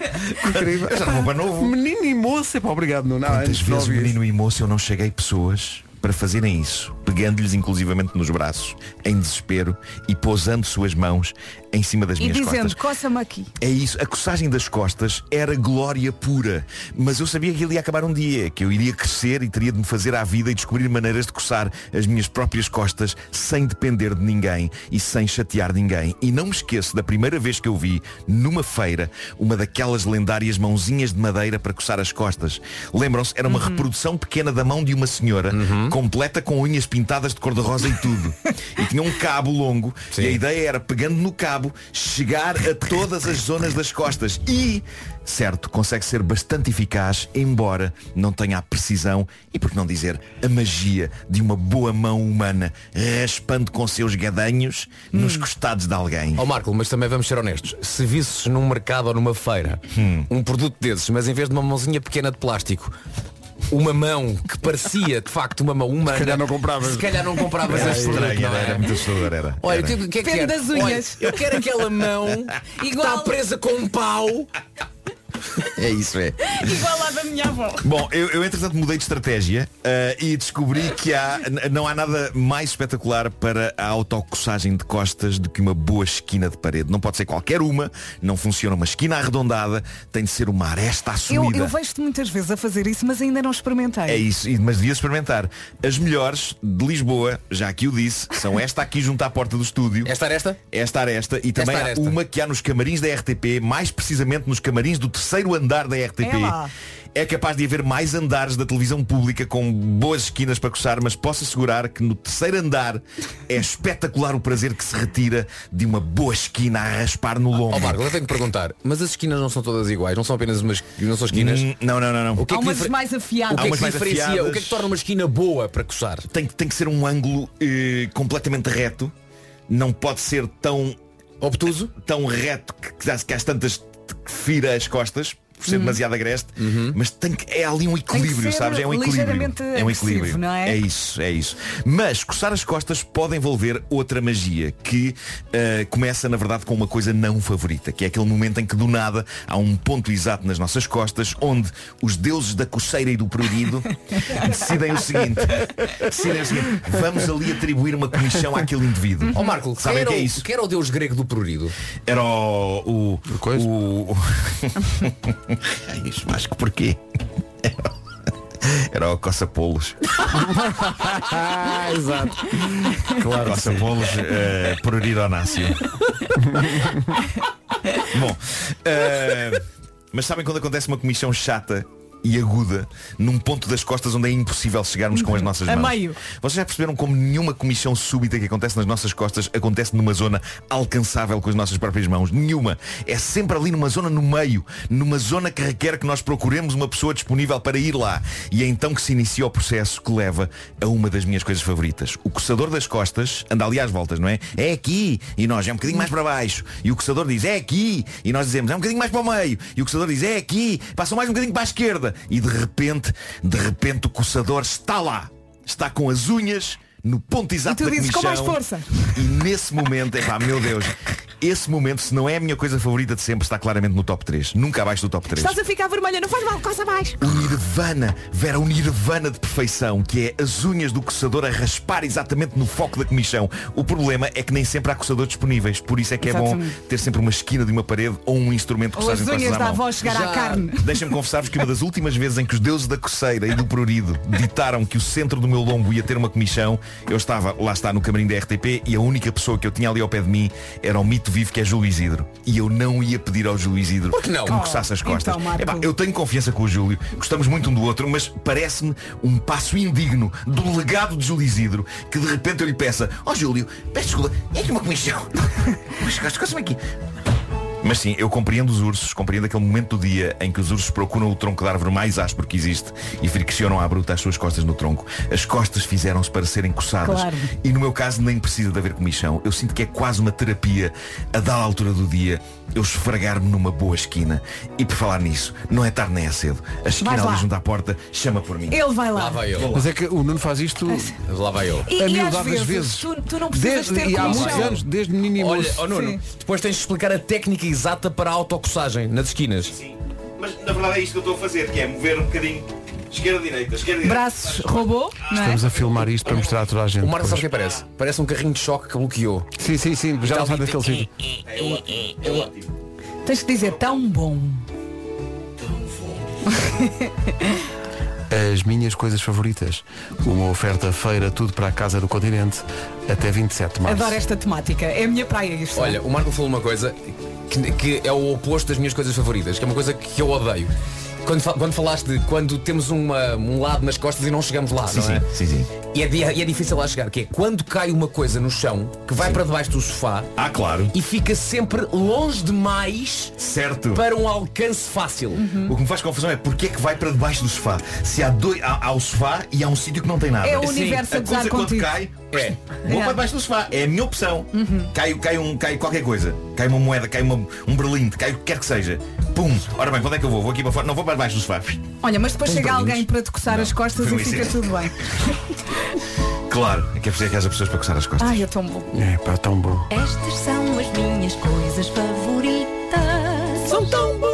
S1: Incrível.
S14: Eu já roupa novo.
S1: Menino e moça, pá, obrigado, Nuno. Ah,
S14: Quantas
S1: antes não
S14: vezes,
S1: ouvi isso.
S14: menino e moço, eu não cheguei pessoas para fazerem isso, pegando-lhes inclusivamente nos braços, em desespero, e pousando suas mãos em cima das
S3: E
S14: minhas
S3: dizendo,
S14: costas.
S3: coça-me aqui.
S14: É isso, a coçagem das costas era glória pura, mas eu sabia que ele ia acabar um dia, que eu iria crescer e teria de me fazer à vida e descobrir maneiras de coçar as minhas próprias costas sem depender de ninguém e sem chatear ninguém. E não me esqueço da primeira vez que eu vi, numa feira, uma daquelas lendárias mãozinhas de madeira para coçar as costas. Lembram-se, era uma reprodução pequena da mão de uma senhora, completa com unhas pintadas de cor-de-rosa e tudo. e tinha um cabo longo e a ideia era, pegando no cabo, chegar a todas as zonas das costas. E, certo, consegue ser bastante eficaz, embora não tenha a precisão e, por que não dizer, a magia de uma boa mão humana raspando com seus gadanhos nos costados de alguém.
S2: Ó Marco, mas também vamos ser honestos. Se visses num mercado ou numa feira um produto desses, mas em vez de uma mãozinha pequena de plástico, uma mão que parecia de facto uma mão humana. Se
S1: calhar não compravas.
S2: Se calhar não compravas
S14: Era
S2: esse produto,
S14: estranho,
S2: não
S14: era,
S2: é?
S14: era muito assustador, era.
S2: Olha, eu
S14: Era.
S2: digo, o que é que
S3: Pende
S2: quer?
S3: as unhas.
S2: Olha, eu quero aquela mão que
S3: Igual.
S2: está presa com um pau.
S14: É isso, é.
S3: Igual à da minha avó.
S14: Bom, eu, eu entretanto mudei de estratégia eh, e descobri que há, n- não há nada mais espetacular para a autocossagem de costas do que uma boa esquina de parede. Não pode ser qualquer uma, não funciona uma esquina arredondada, tem de ser uma aresta
S3: Eu,
S14: assumida.
S3: eu vejo-te muitas vezes a fazer isso, mas ainda não experimentei.
S14: É isso, e- mas devia experimentar. As melhores de Lisboa, já que o disse, são esta aqui junto à porta do estúdio.
S2: Esta aresta?
S14: Esta aresta e também
S2: aresta.
S14: há uma que há nos camarins da RTP, mais precisamente nos camarins do terceiro andar da RTP.
S3: É lá.
S14: É capaz de haver mais andares da televisão pública com boas esquinas para coçar, mas posso assegurar que no terceiro andar é espetacular o prazer que se retira de uma boa esquina a raspar no lombo.
S2: Ó Marco, eu tenho que perguntar, mas as esquinas não são todas iguais, não são apenas umas, não são esquinas?
S14: Hum, não, não, não, não.
S2: O que
S3: Há
S2: é que,
S3: umas
S2: difere-
S3: mais
S2: o
S3: afiadas.
S2: que, é que diferencia, o que é que torna uma esquina boa para coçar?
S14: Tem, que- tem que ser um ângulo eh, completamente reto. Não pode ser tão
S2: obtuso,
S14: tão reto que, que, às- que às tantas que fira as costas por ser
S3: Uhum.
S14: demasiado agreste. Mas tem que é ali um
S3: que
S14: equilíbrio,
S3: ser
S14: sabes? É um equilíbrio.
S3: ligeiramente
S14: É um equilíbrio.
S3: agressivo, não é?
S14: é isso, é isso. Mas coçar as costas pode envolver outra magia que eh, começa na verdade com uma coisa não favorita, que é aquele momento em que do nada há um ponto exato nas nossas costas onde os deuses da coceira e do prurido decidem o seguinte. Decidem o seguinte. né, Vamos ali atribuir uma comissão àquele indivíduo.
S3: Hum.
S2: Ó Marco,
S14: sabem o
S2: quem
S14: que é
S2: era
S14: isso?
S2: Quem era o deus grego do prurido?
S14: Era o. o, o, o... Isso, mas que porquê? Era o Coçapolos.
S1: Exato.
S14: Claro. Coçapolos uh, pruridonácio. Bom. eh, mas sabem quando acontece uma comissão chata e aguda num ponto das costas onde é impossível chegarmos com as nossas
S3: Uhum. A
S14: mãos?
S3: meio.
S14: Vocês já perceberam como nenhuma comissão súbita que acontece nas nossas costas acontece numa zona alcançável com as nossas próprias mãos? Nenhuma. É sempre ali numa zona no meio, numa zona que requer que nós procuremos uma pessoa disponível para ir lá. E é então que se inicia o processo que leva a uma das minhas coisas favoritas. O coçador das costas anda ali às voltas, não é? É aqui! E nós, é um bocadinho mais para baixo. E o coçador diz, é aqui! E nós dizemos, é um bocadinho mais para o meio. E o coçador diz, é aqui! Passam mais um bocadinho para a esquerda. E de repente, de repente o coçador está lá está com as unhas no ponto exato
S3: E tu
S14: da
S3: dizes,
S14: comissão.
S3: "Com mais força."
S14: E nesse momento, epá, meu Deus, esse momento, se não é a minha coisa favorita de sempre, está claramente no top 3. Nunca abaixo do top 3.
S3: Estás a ficar vermelha, não faz mal, coça mais.
S14: O nirvana, Vera, o nirvana de perfeição, que é as unhas do coçador a raspar exatamente no foco da comissão. O problema é que nem sempre há coçadores disponíveis, por isso é que é
S3: Exatamente.
S14: bom ter sempre uma esquina de uma parede ou um instrumento de
S3: Ou as
S14: coçagem de
S3: unhas
S14: costas
S3: da
S14: à mão.
S3: avó chegar à carne.
S14: Deixem-me confessar-vos que uma das últimas vezes em que os deuses da coceira e do prurido ditaram que o centro do meu lombo ia ter uma comissão, eu estava, lá está, no camarim da RTP e a única pessoa que eu tinha ali ao pé de mim era o mito vivo que é Júlio Isidro. E eu não ia pedir ao Júlio Isidro
S2: Por que não?
S14: que me coçasse as
S2: Oh, então,
S14: costas.
S2: Marco.
S14: Epá, eu tenho confiança com o Júlio, gostamos muito um do outro, mas parece-me um passo indigno do legado de Júlio Isidro que de repente eu lhe peça, ó Júlio, peço desculpa, é aqui uma comissão. Mas coça-me aqui. Mas sim, eu compreendo os ursos, compreendo aquele momento do dia em que os ursos procuram o tronco de árvore mais áspero que existe e friccionam à bruta as suas costas no tronco. As costas fizeram-se para serem coçadas.
S15: Claro.
S14: E no meu caso nem precisa de haver comichão. Eu sinto que é quase uma terapia a dada altura do dia eu esfregar-me numa boa esquina. E por falar nisso, não é tarde nem é cedo. A esquina
S3: Vais lá.
S14: ali junto à porta chama por mim.
S3: Ele vai lá. Lá
S2: vai
S1: Mas é que o Nuno faz isto
S2: Lá vai eu.
S3: E,
S1: a
S3: e às
S1: miúdade das
S3: vezes,
S1: vezes.
S3: Tu, tu não precisas
S1: Desde-
S3: ter
S1: e há
S3: comichão.
S1: muitos anos, desde menino e
S2: Olha,
S1: moço.
S2: ó Nuno,
S1: Sim.
S2: depois tens de explicar a técnica exata para a autocossagem nas esquinas. Sim.
S14: Mas na verdade é isto que eu estou a fazer, que é mover um bocadinho esquerda-direita, esquerda-direita.
S3: Braços robô, não é?
S1: Estamos a filmar isto para mostrar a toda a gente.
S2: O Marco sabe o que
S1: depois.
S2: parece? Parece um carrinho de choque que bloqueou.
S1: Sim, sim, sim, já não sabe daquele sítio.
S3: Tens de dizer tão bom.
S1: As minhas coisas favoritas. Uma oferta feira, tudo para a casa do continente, até 27 de março.
S3: Adoro esta temática. É a minha praia isto.
S2: Olha, o Marco falou uma coisa que, que é o oposto das minhas coisas favoritas, que é uma coisa que eu odeio. Quando, fa- quando falaste de quando temos uma- um lado nas costas e não chegamos lá,
S14: Sim,
S2: não é?
S14: sim, sim, sim.
S2: E é, di- e é difícil lá chegar, que é quando cai uma coisa no chão que vai para debaixo do sofá
S14: Ah, claro.
S2: e fica sempre longe demais
S14: Certo.
S2: para um alcance fácil.
S14: O que me faz confusão é porque é que vai para debaixo do sofá. Se há dois. Há, há o sofá e há um sítio que não tem nada.
S3: É o universo
S14: a
S3: a gozar
S14: coisa quando
S3: contigo.
S14: cai. É. Vou
S3: Yeah.
S14: para debaixo do sofá. É a minha opção.
S3: Uhum.
S14: Cai, cai, um, cai qualquer coisa. Cai uma moeda, cai uma, um berlinde, cai o que quer que seja. Pum. Ora bem, para onde é que eu vou? Vou aqui para fora. Não vou para debaixo do sofá.
S3: Olha, mas depois
S14: Tens
S3: chega
S14: bolinhos?
S3: alguém para te coçar
S14: Não,
S3: as costas
S14: foi
S3: e
S14: um
S3: fica
S14: incêndio.
S3: tudo bem.
S14: Claro. É que é preciso que haja pessoas para coçar as costas.
S3: Ai, é tão bom.
S1: É pá, tão bom.
S16: Estas são as minhas coisas favoritas. São tão bonitas.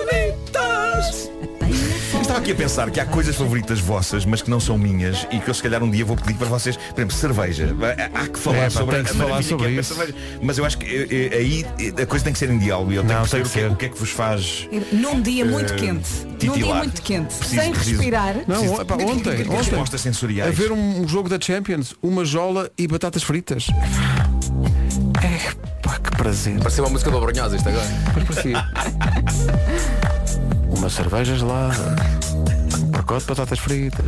S14: Eu Estava aqui a pensar que há coisas favoritas vossas, mas que não são minhas e que eu se calhar um dia vou pedir para vocês, por exemplo, cerveja. Há que falar
S1: É, pá,
S14: sobre
S1: tem que
S14: a
S1: se falar
S14: maravilha
S1: sobre
S14: que é
S1: isso.
S14: a cerveja. Mas eu acho que eh, eh, aí eh, a coisa tem que ser em diálogo e eu tenho
S1: Não,
S14: que
S1: tem
S14: perceber o que, é, o que é que vos faz.
S3: Num dia
S14: eh,
S3: muito quente. Num dia
S14: titilar.
S3: muito quente.
S14: Preciso-
S3: sem
S14: preciso-
S3: respirar.
S1: Não, epá, ontem,
S14: Respostas
S1: ontem,
S2: É
S14: sensoriais.
S1: a ver um jogo da Champions, uma jola e batatas fritas. É, pá, que prazer.
S2: Pareceu uma música do Abronhosa isto agora.
S1: Mas parecia. Uma cerveja gelada. um Pacote de batatas fritas.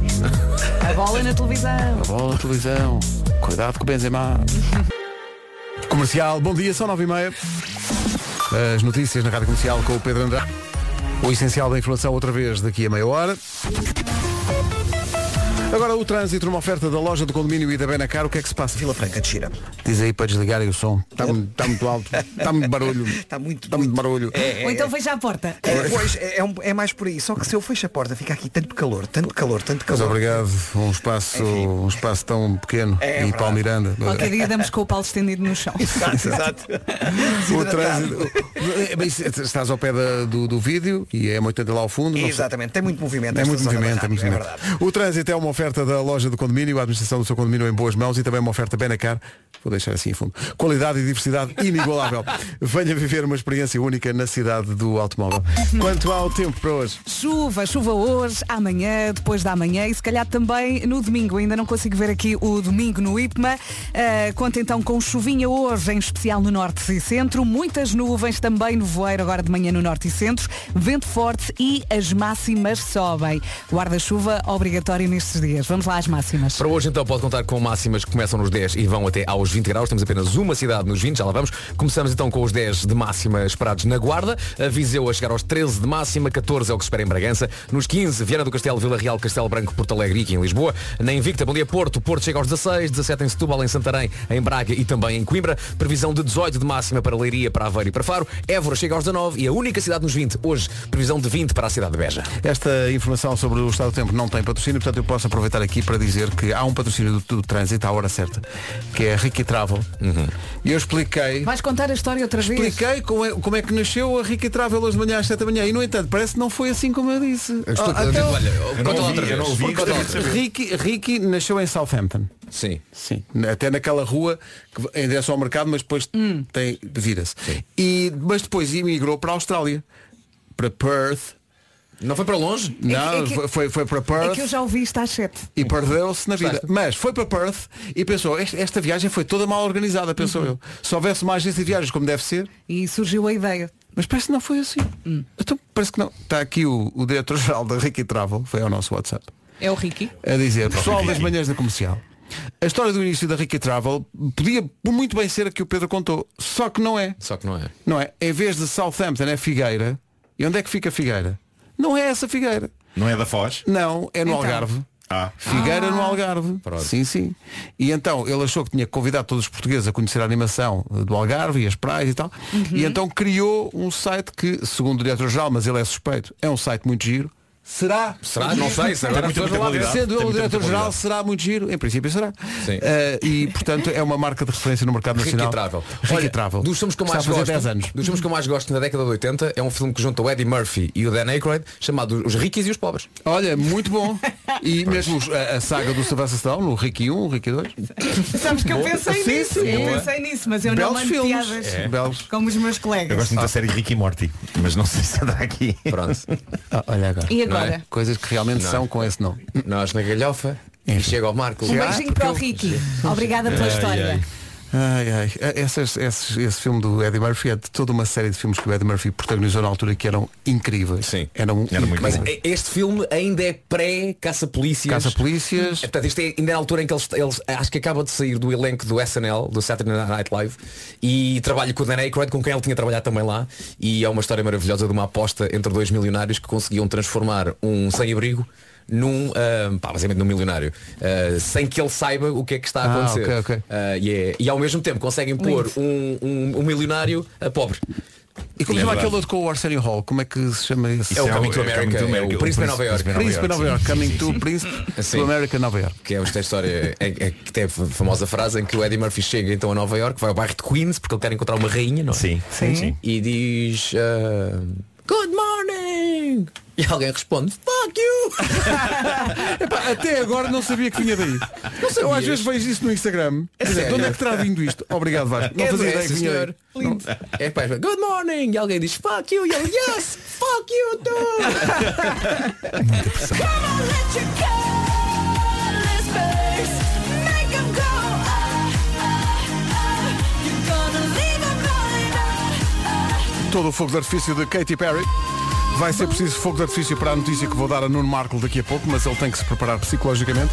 S3: A bola na televisão.
S1: A bola na televisão. Cuidado com o Benzema. Comercial, bom dia, são 9 e meia. As notícias na Rádio Comercial com o Pedro Andrade. O essencial da informação outra vez daqui a meia hora. Agora o trânsito, uma oferta da loja do condomínio e da Benacar, o que é que se passa?
S4: Vila Franca de Xira.
S1: Diz aí para desligarem o som. Está mu- está muito alto. Está muito barulho. Está
S4: Tá muito,
S1: está Tá muito barulho.
S3: Ou então fecha a porta.
S4: É, pois, é, é um- é mais por aí. Só que se eu fecho a porta, fica aqui tanto calor, tanto calor, tanto
S1: Mas
S4: calor.
S1: obrigado, um espaço, um espaço tão pequeno
S4: É
S1: e
S4: verdade.
S1: Paulo Miranda.
S3: Qualquer dia damos com o pau estendido no chão.
S4: Exato, exato.
S1: O trânsito. É, bem, Estás ao pé da- do, do vídeo e é 80 lá ao fundo. não sei-
S4: Exatamente, tem muito movimento.
S1: É
S4: esta
S1: muito
S4: zona da
S1: movimento, é
S4: rádio,
S1: muito
S4: é
S1: movimento.
S4: verdade.
S1: O trânsito é uma oferta da loja do condomínio, a administração do seu condomínio em boas mãos e também uma oferta Benacar. Vou deixar assim em fundo. Qualidade e diversidade inigualável. Venha viver uma experiência única na cidade do automóvel. Quanto ao tempo para hoje?
S3: Chuva, chuva hoje, amanhã, depois da manhã e se calhar também no domingo. Ainda não consigo ver aqui o domingo no IPMA. Ah, conta então com chuvinha hoje, em especial no norte e centro. Muitas nuvens também no voeiro agora de manhã no norte e centro. Vento forte e as máximas sobem. Guarda-chuva obrigatório nestes dias. Vamos lá às máximas.
S2: Para hoje então pode contar com máximas que começam nos 10 e vão até aos 20 graus. Temos apenas uma cidade nos 20, já lá vamos. Começamos então com os 10 de máxima esperados na Guarda. A Viseu a chegar aos 13 de máxima, 14 é o que se espera em Bragança. Nos 15, Viana do Castelo, Vila Real, Castelo Branco, Porto Alegre e aqui em Lisboa. Na Invicta, bom dia Porto. Porto chega aos 16, 17 em Setúbal, em Santarém, em Braga e também em Coimbra. Previsão de 18 de máxima para Leiria, para Aveiro e para Faro. Évora chega aos 19 e a única cidade nos 20. Hoje, previsão de 20 para a cidade de Beja.
S1: Esta informação sobre o estado do tempo não tem patrocínio, portanto eu posso aproveitar aqui para dizer que há um patrocínio do, do trânsito à hora certa, que é a Ricky Travel. E eu expliquei
S3: Vais contar a história outra vez?
S1: Expliquei como é, como é que nasceu a Rica Travel hoje de manhã às 7 da manhã e no entanto parece que não foi assim como eu disse.
S2: Explica-
S1: então-
S2: Olha,
S14: não ouvi,
S2: conta lá outra
S14: eu não
S2: vez.
S14: ouvi,
S2: Conta lá
S14: gostaria
S2: outra
S14: de
S2: vez.
S1: Ricky, Ricky nasceu em Southampton.
S2: Sim.
S1: Sim. Até naquela rua que em direção ao mercado, mas depois
S3: Hum.
S1: tem, vira-se. E, mas depois emigrou para a Austrália, para Perth.
S2: Não foi para longe?
S1: Não,
S3: É que- é que-
S1: foi, foi para
S3: É
S1: Perth.
S3: que eu já ouvi isto às 7.
S1: E perdeu-se na vida. Mas foi para Perth e pensou, "Este- esta viagem foi toda mal organizada, pensou
S3: Uhum.
S1: eu. Se houvesse uma agência de viagens como deve ser,
S3: E surgiu a ideia.
S1: mas parece que não foi assim. Então parece que não. Está aqui o, o diretor-geral da Ricky Travel, foi ao nosso WhatsApp,
S3: É o Ricky.
S1: a dizer, pessoal
S2: é."
S1: das manhãs da comercial, a história do início da Ricky Travel podia muito bem ser a que o Pedro contou, só que não é.
S2: Só que não é.
S1: Não é? Em vez de Southampton é Figueira. E onde é que fica Figueira? Não é essa Figueira.
S14: Não é da Foz?
S1: Não, é no
S14: Então.
S1: Algarve.
S14: Ah.
S1: Figueira no Algarve.
S14: Pronto.
S1: Sim, sim. E então ele achou que tinha que convidar todos os portugueses a conhecer a animação eh, do Algarve e as praias e tal.
S2: Uhum.
S1: E então criou um site que, segundo o diretor-geral, mas ele é suspeito, é um site muito giro. Será?
S2: Será? Não sei, será?
S1: Agora
S2: Tem muita
S1: as pessoas lá
S2: qualidade.
S1: Sendo
S2: Tem
S1: ele o
S2: muita
S1: diretor-geral,
S2: qualidade.
S1: será muito giro? Em princípio será.
S2: Sim.
S1: Eh, e, portanto, é uma marca de referência no mercado
S2: Ricky
S1: nacional.
S2: Travel.
S1: Ricky
S2: Olha,
S1: Travel.
S2: Dos filmes que eu
S1: Está
S2: mais
S1: a fazer
S2: gosto,
S1: 10 anos.
S2: dos filmes que eu mais gosto na década de 80 é um filme que junta o Eddie Murphy e o Dan Aykroyd, chamado Os Ricos e os Pobres.
S1: Olha, muito bom. E mesmo os- a, a saga do Sylvester Stallone, o Ricky 1, o Ricky 2.
S3: Sabes que eu
S1: Boa.
S3: pensei
S1: Sim,
S3: nisso,
S1: sim.
S3: eu
S1: Boa.
S3: pensei nisso, mas eu
S1: Belos
S3: não mando
S1: filmes.
S3: piadas
S1: É. Belos.
S3: como os meus
S14: Eu
S3: colegas.
S14: gosto muito
S1: Ah.
S14: da série Rick e Morty, mas não sei se andará aqui.
S2: Pronto.
S1: Ah, olha agora.
S3: E agora? Não é?
S1: Coisas que realmente
S2: Não é?
S1: são com esse nome.
S2: Nós na galhofa e chega ao Marco.
S3: Um beijinho para o Ricky. Obrigada pela
S1: Ai,
S3: história.
S1: Ai, ai. É, Essas- esses- esse filme do Eddie Murphy é de toda uma série de filmes que o Eddie Murphy protagonizou na altura que eram incríveis. Sim. Eram
S2: Mas é,
S1: incríveis.
S2: este filme ainda é pré-caça-polícias.
S1: Caça-polícias.
S2: É, Portanto, isto é ainda é a altura em que eles, eles acho que acaba de sair do elenco do SNL, do Saturday Night Live, e trabalha com o Dan Aykroyd, com quem ele tinha trabalhado também lá, e é uma história maravilhosa de uma aposta entre dois milionários que conseguiam transformar um sem-abrigo num, ah, pá, basicamente num milionário, ah, sem que ele saiba o que é que está a
S1: Ah,
S2: acontecer.
S1: ok, ok.
S2: Ah, e, é- e ao mesmo tempo conseguem pôr um, um- um milionário a pobre.
S1: E como
S2: É
S1: chama
S2: verdade.
S1: aquele outro com o Arsenio Hall? Como é que se chama esse?
S2: É o Coming to America, é o Príncipe de Nova York.
S1: Príncipe Nova York. Coming to Príncipe
S2: Sim.
S1: to America Nova York.
S2: Que é esta história, é, é, que tem a famosa frase em que o Eddie Murphy chega então a Nova York, vai ao bairro de Queens, porque ele quer encontrar uma rainha, não é? Sim,
S3: Sim. sim.
S2: E diz ah, Good morning! E alguém responde, fuck you!
S1: Epá, até agora não sabia que vinha daí.
S2: Não
S1: Eu às
S2: sabias?
S1: vezes vejo isso no Instagram.
S2: É
S1: Quer dizer, de onde
S2: sério?
S1: é que terá vindo isto? Obrigado, Vasco. Não
S2: É
S1: fazia
S2: do-
S1: ideia
S2: é,
S1: que
S2: sim,
S1: vinha daí.
S2: senhor. Lindo. É pá, good morning! E alguém diz, fuck you! E ele, yes! Fuck you too!
S1: Todo o fogo de artifício de Katy Perry. Vai ser preciso fogo de artifício para a notícia que vou dar a Nuno Marco daqui a pouco, mas ele tem que se preparar psicologicamente.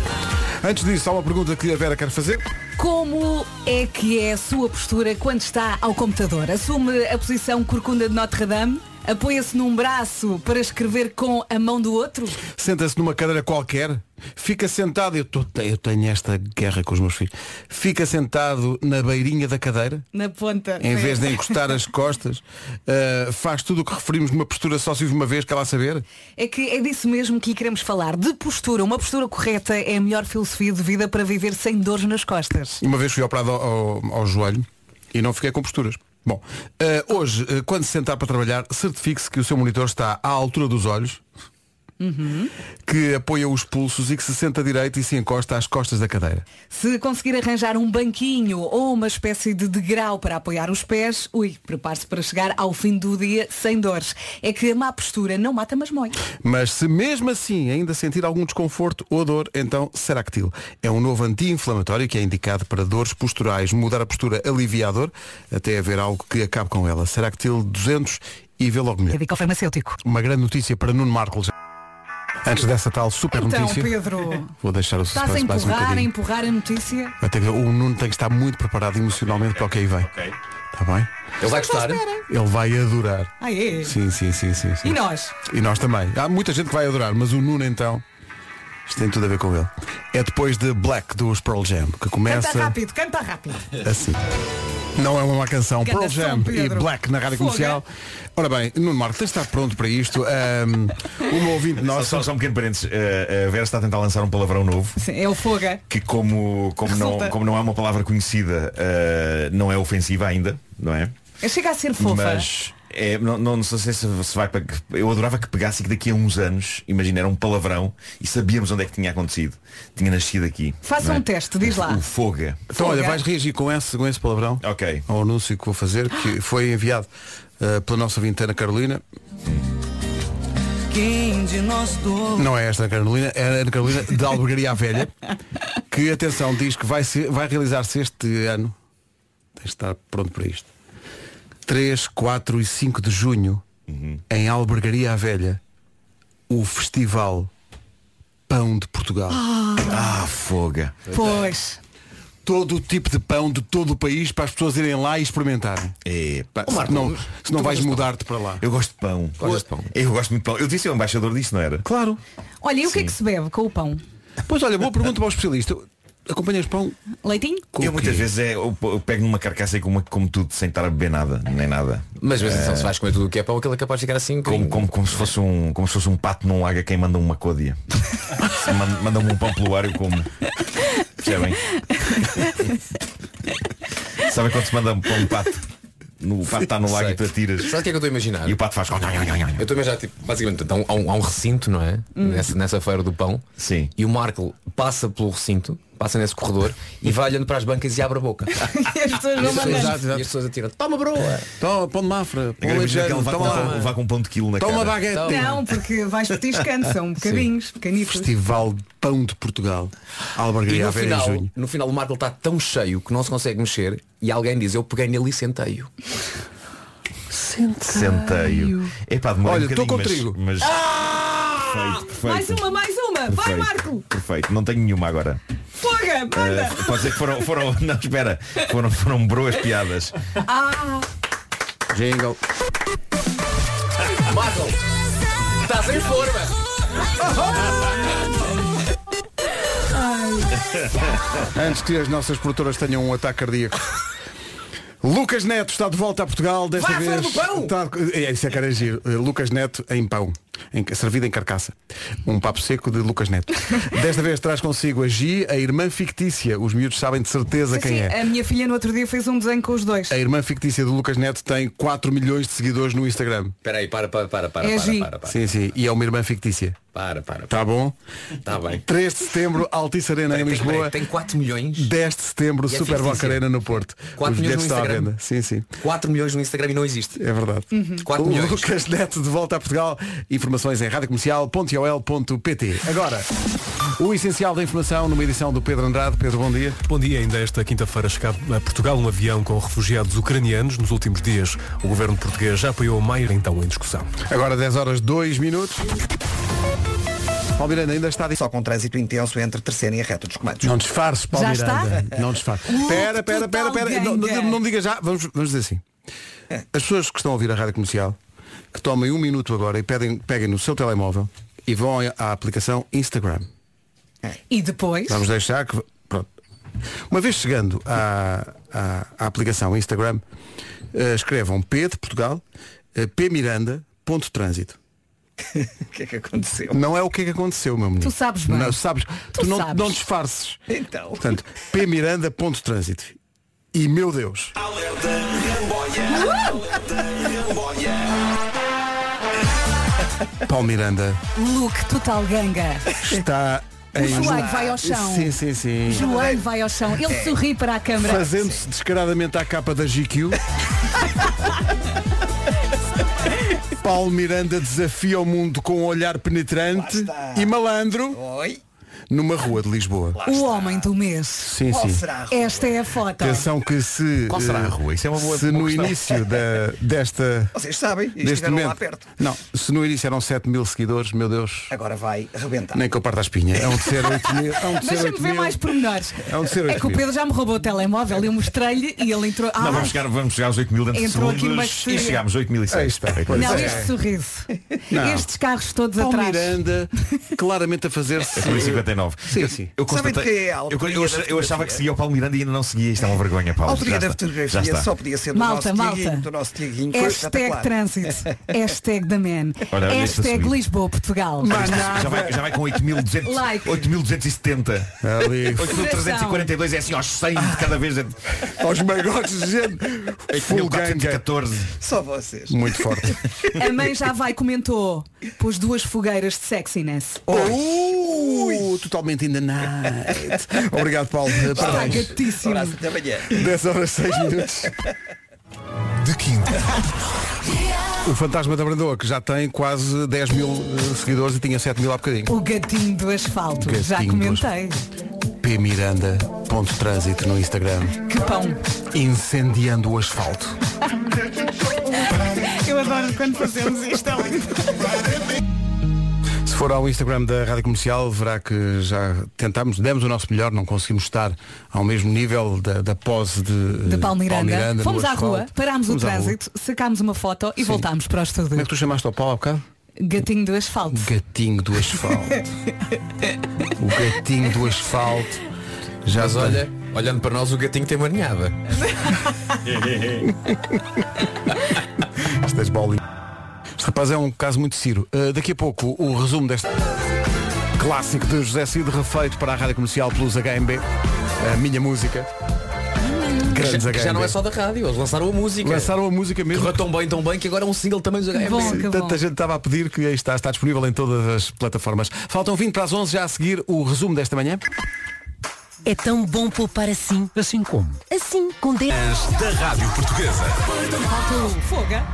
S1: Antes disso, há uma pergunta que a Vera quer fazer.
S3: Como é que é a sua postura quando está ao computador? Assume a posição corcunda de Notre Dame? Apoia-se num braço para escrever com a mão do outro?
S1: Senta-se numa cadeira qualquer, fica sentado, eu, tô- eu tenho esta guerra com os meus filhos, fica sentado na beirinha da cadeira,
S3: Na ponta.
S1: em
S3: Sim.
S1: vez de encostar as costas, uh, faz tudo o que referimos numa postura só se de uma vez, quer lá saber?
S3: É que é disso mesmo que lhe queremos falar. De postura. Uma postura correta é a melhor filosofia de vida para viver sem dores nas costas.
S1: Uma vez fui operado ao, ao- ao joelho e não fiquei com posturas. Bom, eh, hoje, eh, quando se sentar para trabalhar, certifique-se que o seu monitor está à altura dos olhos, que apoia os pulsos e que se senta direito e se encosta às costas da cadeira.
S3: Se conseguir arranjar um banquinho ou uma espécie de degrau para apoiar os pés, ui, prepare-se para chegar ao fim do dia sem dores. É que a má postura não mata, mas mói.
S1: Mas se mesmo assim ainda sentir algum desconforto ou dor, então Seractil. É um novo anti-inflamatório que é indicado para dores posturais. Mudar a postura alivia a dor até haver algo que acabe com ela. Seractil 200 e vê logo melhor.
S3: Médico farmacêutico.
S1: Uma grande notícia para Nuno Marcos. Antes dessa tal super
S3: Então,
S1: É notícia.
S3: Pedro,
S1: Vou deixar o
S3: estás a
S1: suspense mais um
S3: empurrar, a
S1: bocadinho.
S3: empurrar a notícia?
S1: Vai ter que- O Nuno tem que estar muito preparado emocionalmente para o que aí vem.
S14: Ok.
S1: Está bem?
S2: Ele vai gostar.
S1: Ele vai adorar.
S3: Então Ah, é?
S1: Sim, sim, sim, sim. sim.
S3: E nós?
S1: E nós também. Há muita gente que vai adorar, mas o Nuno então. Isto tem tudo a ver com ele. É depois de Black dos Pearl Jam, que
S3: Canta
S1: começa
S3: rápido, canta rápido.
S1: assim. Não é uma má canção.
S3: Ganda
S1: Pearl
S3: som,
S1: Jam e
S3: Pedro.
S1: Black na rádio
S3: Fogo, é?
S1: comercial. Ora bem, Nuno Marco, tens de estar pronto para isto. Um, uma ouvinte nossa.
S14: Só, só um pequeno parênteses. Eh, a Vera está a tentar lançar um palavrão novo.
S3: Sim, é o foga.
S14: que como, como, não,
S3: Resulta.
S14: como não é uma palavra conhecida, eh, não é ofensiva ainda, não é?
S3: Chega a ser fofa.
S14: Mas é, não, não, não sei se se vai para. Eu adorava que pegasse e que daqui a uns anos, imagina, era um palavrão e sabíamos onde é que tinha acontecido. Tinha nascido aqui.
S3: Faça
S14: não é?
S3: um teste, diz lá.
S14: O foga.
S1: Então olha, vais reagir com esse, com esse palavrão
S14: Ok.
S1: ao anúncio que vou fazer, que foi enviado eh, pela nossa vintana Carolina.
S9: Quem de nós dois
S1: Não é esta Ana Carolina, é a Ana Carolina de Albergaria à Velha, que atenção, diz que vai, ser- vai realizar-se este ano. Tens de estar pronto para isto. 3, 4 e 5 de junho, em Albergaria à Velha, o Festival Pão de Portugal.
S14: Ah, foga.
S3: Pois.
S1: Todo o tipo de pão de todo o país para as pessoas irem lá e experimentarem.
S14: É, pá,
S1: Se não, se não vais mudar-te para lá.
S14: Eu gosto de pão.
S1: Gostas de pão?
S14: Eu gosto muito de pão. Eu disse eu embaixador disso, não era?
S1: Claro.
S3: Olha, e o que é que se bebe com o pão?
S1: Pois olha, boa pergunta para o especialista. Acompanhas pão
S3: Leitinho?
S1: com
S14: eu
S1: o
S14: muitas
S1: quê?
S14: vezes é, eu eu pego numa carcaça e como, como tudo, sem estar a beber nada, nem nada.
S2: Mas mesmo
S14: Eh,
S2: assim, se vais comer tudo o que é pão, aquilo é capaz de ficar assim.
S14: Como, como, como, se fosse um, como se fosse um pato num lago a quem manda uma côdea. Se man- Manda-me um pão pelo ar eu como. Percebem? Sabem quando se manda um pão um pato? No, o pato está no lago
S2: Sei.
S14: e tu atiras.
S2: Sabe o que é que eu estou a imaginar?
S14: E o pato faz.
S2: Eu estou a imaginar, tipo, basicamente, há um, há um- há um recinto, não é?
S1: Hum.
S2: Nessa, nessa feira do pão.
S14: Sim.
S2: E o Marco passa pelo recinto, passa nesse corredor e vai olhando para as bancas e abre a boca.
S3: E as pessoas
S2: E
S3: vão
S2: as
S1: é
S2: pessoas-
S3: mandando.
S2: e as pessoas atiram.
S3: Toma, broa.
S1: Toma, pão de mafra, pão
S14: Agora imagina que
S1: ligeiro,
S14: ele vai
S1: toma lá.
S14: levar com um pão de quilo na
S1: Toma
S14: cara.
S1: baguete.
S3: Não, porque vais petiscando, são bocadinhos, pequenitos.
S1: Festival de Pão de Portugal.
S2: E
S1: Albergaria à
S2: no
S1: Velha em
S2: final,
S1: junho.
S2: no final o Marco está tão cheio que não se consegue mexer e alguém diz, eu peguei nele e sentei-o.
S14: Centeio. Epá, demora
S1: Olha,
S14: um
S1: estou
S14: bocadinho,
S1: com
S14: mas,
S1: trigo.
S14: Mas... Perfeito, perfeito.
S3: Mais uma, mais uma. Vai,
S14: Perfeito,
S3: Marco.
S14: Perfeito, não tenho nenhuma agora.
S3: Foga, manda.
S14: Eh, pode ser que foram, foram. Não, espera. Foram, foram broas piadas.
S3: Ah,
S1: Jingle.
S2: Marco, estás em forma.
S1: Antes que as nossas produtoras tenham um ataque cardíaco. Lucas Neto está de volta a Portugal, desta
S2: Vai à
S1: vez.
S2: Feira do Pão!
S1: Está... É, isso é que era giro. Eh, Lucas Neto em pão, em... servido em carcaça. Um papo seco de Lucas Neto. desta vez traz consigo a Gi, a irmã fictícia. Os miúdos sabem de certeza quem
S3: sim,
S1: é.
S3: a minha filha no outro dia fez um desenho com os dois.
S1: A irmã fictícia do Lucas Neto tem 4 milhões de seguidores no Instagram.
S2: Espera aí, para, para, para, para,
S3: É
S2: para,
S3: Gi.
S2: para, para.
S1: Sim, sim. E é uma irmã fictícia.
S2: Para, para.
S1: Tá bom?
S2: Tá bem.
S1: 3 de setembro, Altice Arena em
S2: Tem- tem-
S1: Lisboa.
S2: tem 4 milhões.
S1: 10 de setembro,
S2: E é
S1: Super Boca
S2: fictício.
S1: Arena no Porto.
S2: 4
S1: Os
S2: milhões
S1: bilhetes
S2: no
S1: estão à
S2: Instagram.
S1: venda. Sim, sim.
S2: 4 milhões no Instagram e não existe.
S1: É verdade.
S2: Uhum. 4 milhões.
S1: Lucas Neto de volta a Portugal. Informações em radiocomercial.ol.pt Agora, o essencial da informação numa edição do Pedro Andrade. Pedro, bom dia.
S11: Bom dia, ainda esta quinta-feira chegava a Portugal um avião com refugiados ucranianos. Nos últimos dias, o governo português já apoiou o Maia, então em discussão.
S1: Agora 10 horas 2 minutos. Palmeiranda ainda está
S4: só com trânsito intenso entre terceira e a reta dos comandos.
S1: Não disfarce, Paulo
S4: Já
S1: Miranda.
S4: está?
S1: Não disfarce.
S4: Uh,
S1: Espera, espera, espera,
S4: total
S1: espera. Não,
S4: ganga.
S1: não, não diga já. Vamos, vamos dizer assim.
S4: É.
S1: As pessoas que estão a ouvir a rádio comercial, que tomem um minuto agora e pedem, peguem no seu telemóvel e vão à aplicação Instagram.
S3: E depois.
S1: Vamos deixar que. Pronto. Uma vez chegando à, à, à aplicação Instagram, eh, escrevam P de Portugal, eh, P Miranda, ponto trânsito.
S4: O que é que aconteceu?
S1: Não é o que é que aconteceu, meu menino.
S4: Tu sabes bem.
S1: Não, sabes. Tu,
S4: Tu
S1: não,
S4: sabes.
S1: não disfarces.
S4: Então.
S1: Portanto, P Miranda, ponto trânsito. E meu Deus. Paulo Miranda
S3: Look total ganga.
S1: está
S3: O
S1: em...
S3: joelho vai ao chão.
S1: Sim, sim, sim.
S3: Joelho vai ao chão. Ele
S1: É.
S3: sorri para a câmara.
S1: Fazendo-se descaradamente à capa da GQ. Paulo Miranda desafia o mundo com um olhar penetrante e malandro numa rua de Lisboa.
S3: O homem do mês.
S1: Sim, Qual sim. será a
S3: Esta é a foto.
S1: Atenção que se,
S4: Qual será a
S1: eh,
S4: rua? Isso é uma boa-
S1: se
S4: boa
S1: no
S4: questão.
S1: início da, desta
S4: Vocês sabem, e
S1: deste
S4: estiveram
S1: momento,
S4: lá perto.
S1: não, se no início eram 7 mil seguidores, meu Deus,
S4: Agora vai rebentar.
S1: nem que eu parta a espinha, é um de ser 8 mil, é um de ser
S3: Deixa-me
S1: 8
S3: ver
S1: mil.
S3: mais pormenores.
S1: É um de ser
S3: É
S1: oito
S3: que o
S1: mil.
S3: Pedro já me roubou o telemóvel, eu mostrei-lhe e ele entrou. Ah,
S14: Não, vamos chegar, vamos chegar aos 8 mil dentro de
S3: Entrou aqui numa
S14: segundos e
S3: esfera.
S14: chegámos 8 mil e
S1: Aí
S14: 100.
S1: está. Pois
S3: não,
S1: é.
S3: este sorriso.
S1: Não.
S3: Estes carros todos
S1: Paulo
S3: atrás.
S1: Miranda claramente a fazer-se.
S14: É por isso 59.
S1: Sim, sim.
S14: Eu, constatei,
S4: Sabem que é a
S14: eu,
S4: autoria
S14: eu ach-
S4: da
S14: eu achava que seguia o Paulo Miranda e ainda não seguia. Isto é uma vergonha,
S4: A
S14: Paulo.
S4: autoria
S14: Já
S4: da
S14: está. Já
S4: fotografia
S14: está.
S4: só podia ser do
S3: Malta,
S4: nosso
S3: malta. É
S4: Tiaguinho, do nosso Tiaguinho, foi
S3: Hashtag
S4: espetacular.
S3: trânsito. Hashtag da man.
S14: Olha, olha este
S3: Hashtag
S14: assumido.
S3: Lisboa, Portugal.
S14: Já vai, já vai com 8.200
S3: Like.
S14: 8.270
S1: Ali.
S14: 8.342 é assim aos 100 de cada vez
S1: Aos magotes gente.
S14: é
S1: Full É ganga.
S14: 8.414
S4: Só vocês.
S1: Muito forte.
S3: A mãe já vai comentou. Pôs duas fogueiras de sexiness.
S1: Oh, totalmente in the night. Obrigado, Paulo. Parabéns.
S3: gatíssimo.
S4: Abraço, até amanhã.
S1: 10 horas 6 minutos. De quinta. O Fantasma da Brandoa, que já tem quase 10 mil eh, seguidores e tinha 7 mil há bocadinho.
S3: O gatinho do asfalto.
S1: Gatinho
S3: já
S1: do
S3: comentei.
S1: P. Miranda, ponto trânsito no Instagram.
S3: Que pão.
S1: Incendiando o asfalto.
S3: Eu adoro quando fazemos isto. é lindo.
S1: Se for ao Instagram da Rádio Comercial, verá que já tentámos, demos o nosso melhor, não conseguimos estar ao mesmo nível da, da pose de,
S3: De Paulo Miranda.
S1: no
S3: Fomos à rua,
S1: asfalto.
S3: parámos
S1: Fomos
S3: o
S1: à rua.
S3: trânsito, sacámos uma foto e voltámos para o estúdio.
S1: Como é que tu chamaste ao Paulo há bocado?
S3: Gatinho do asfalto.
S1: Gatinho do asfalto. o gatinho do asfalto. Já
S2: Mas
S1: tem.
S2: olha, olhando para nós, o gatinho tem uma ninhada.
S1: Estas bolinhas. Este rapaz é um caso muito ciro. Uh, daqui a pouco o resumo deste clássico de José Cid refeito para a Rádio Comercial pelos HMB. A minha música.
S2: Que
S1: Grandes
S2: já, que já
S1: HMB.
S2: não é só da rádio, eles lançaram a música.
S1: Lançaram a música mesmo.
S2: Correu tão bem, tão bem que agora é um single também dos HMB.
S1: Tanta gente estava a pedir que aí está, está disponível em todas as plataformas. Faltam 20 para as 11, já a seguir o resumo desta manhã.
S15: É tão bom poupar assim. Assim como? Assim, com 10.
S1: Da Rádio Portuguesa.
S15: Falta um.
S3: Foga.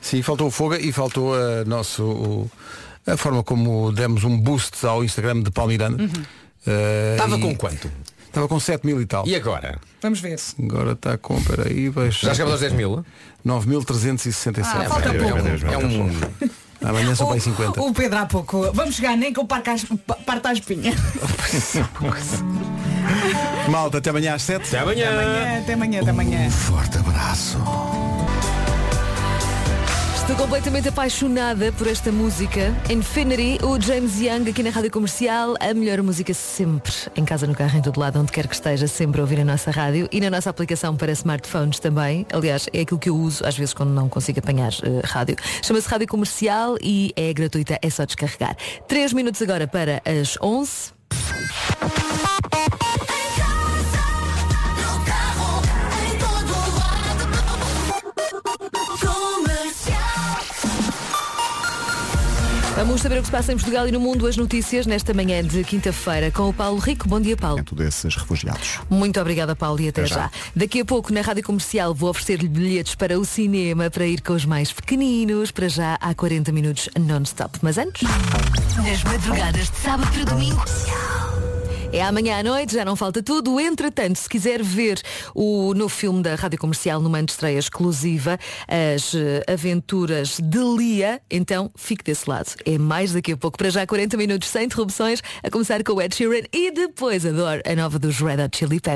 S1: Sim, faltou o Foga e faltou a nosso o- a forma como demos um boost ao Instagram de Paulo Miranda.
S3: Uhum.
S1: Eh,
S2: Estava
S1: e-
S2: com quanto?
S1: Estava com 7 mil e tal.
S2: E agora?
S3: Vamos ver.
S1: Agora está com, peraí, baixar.
S2: Já chegamos aos 10 mil?
S1: 9.367.
S3: Ah, falta
S1: Meu
S3: pouco.
S1: Deus, meu
S2: É
S1: Deus. Amanhã são bem 50.
S3: O Pedro há pouco. Vamos chegar nem que eu parca as- pa- parta a espinha.
S1: Malta, até amanhã às 7. Até
S3: Amanhã, até amanhã, até amanhã.
S1: Forte abraço.
S17: Estou completamente apaixonada por esta música. Infinity, o James Young aqui na Rádio Comercial. A melhor música sempre. Em casa, no carro, em todo lado, onde quer que esteja, sempre a ouvir a nossa rádio e na nossa aplicação para smartphones também. Aliás, é aquilo que eu uso às vezes quando não consigo apanhar eh, rádio. Chama-se Rádio Comercial e é gratuita, é só descarregar. Três minutos agora para as 11.
S3: Vamos saber o que se passa em Portugal e no mundo, as notícias nesta manhã de quinta-feira com o Paulo Rico. Bom dia, Paulo.
S1: desses refugiados.
S3: Muito obrigada, Paulo, e até,
S1: Até
S3: já.
S1: já.
S3: Daqui a pouco, na Rádio Comercial, vou oferecer-lhe bilhetes para o cinema, para ir com os mais pequeninos, para já há 40 minutos non-stop. Mas antes...
S18: Nas madrugadas de sábado para domingo.
S3: É amanhã à noite, já não falta tudo. Entretanto, se quiser ver o novo filme da Rádio Comercial numa estreia exclusiva, As eh, Aventuras de Lia, então fique desse lado. É mais daqui a pouco. Para já 40 minutos sem interrupções, a começar com o Ed Sheeran e depois adoro a nova dos Red Hot Chili Peppers.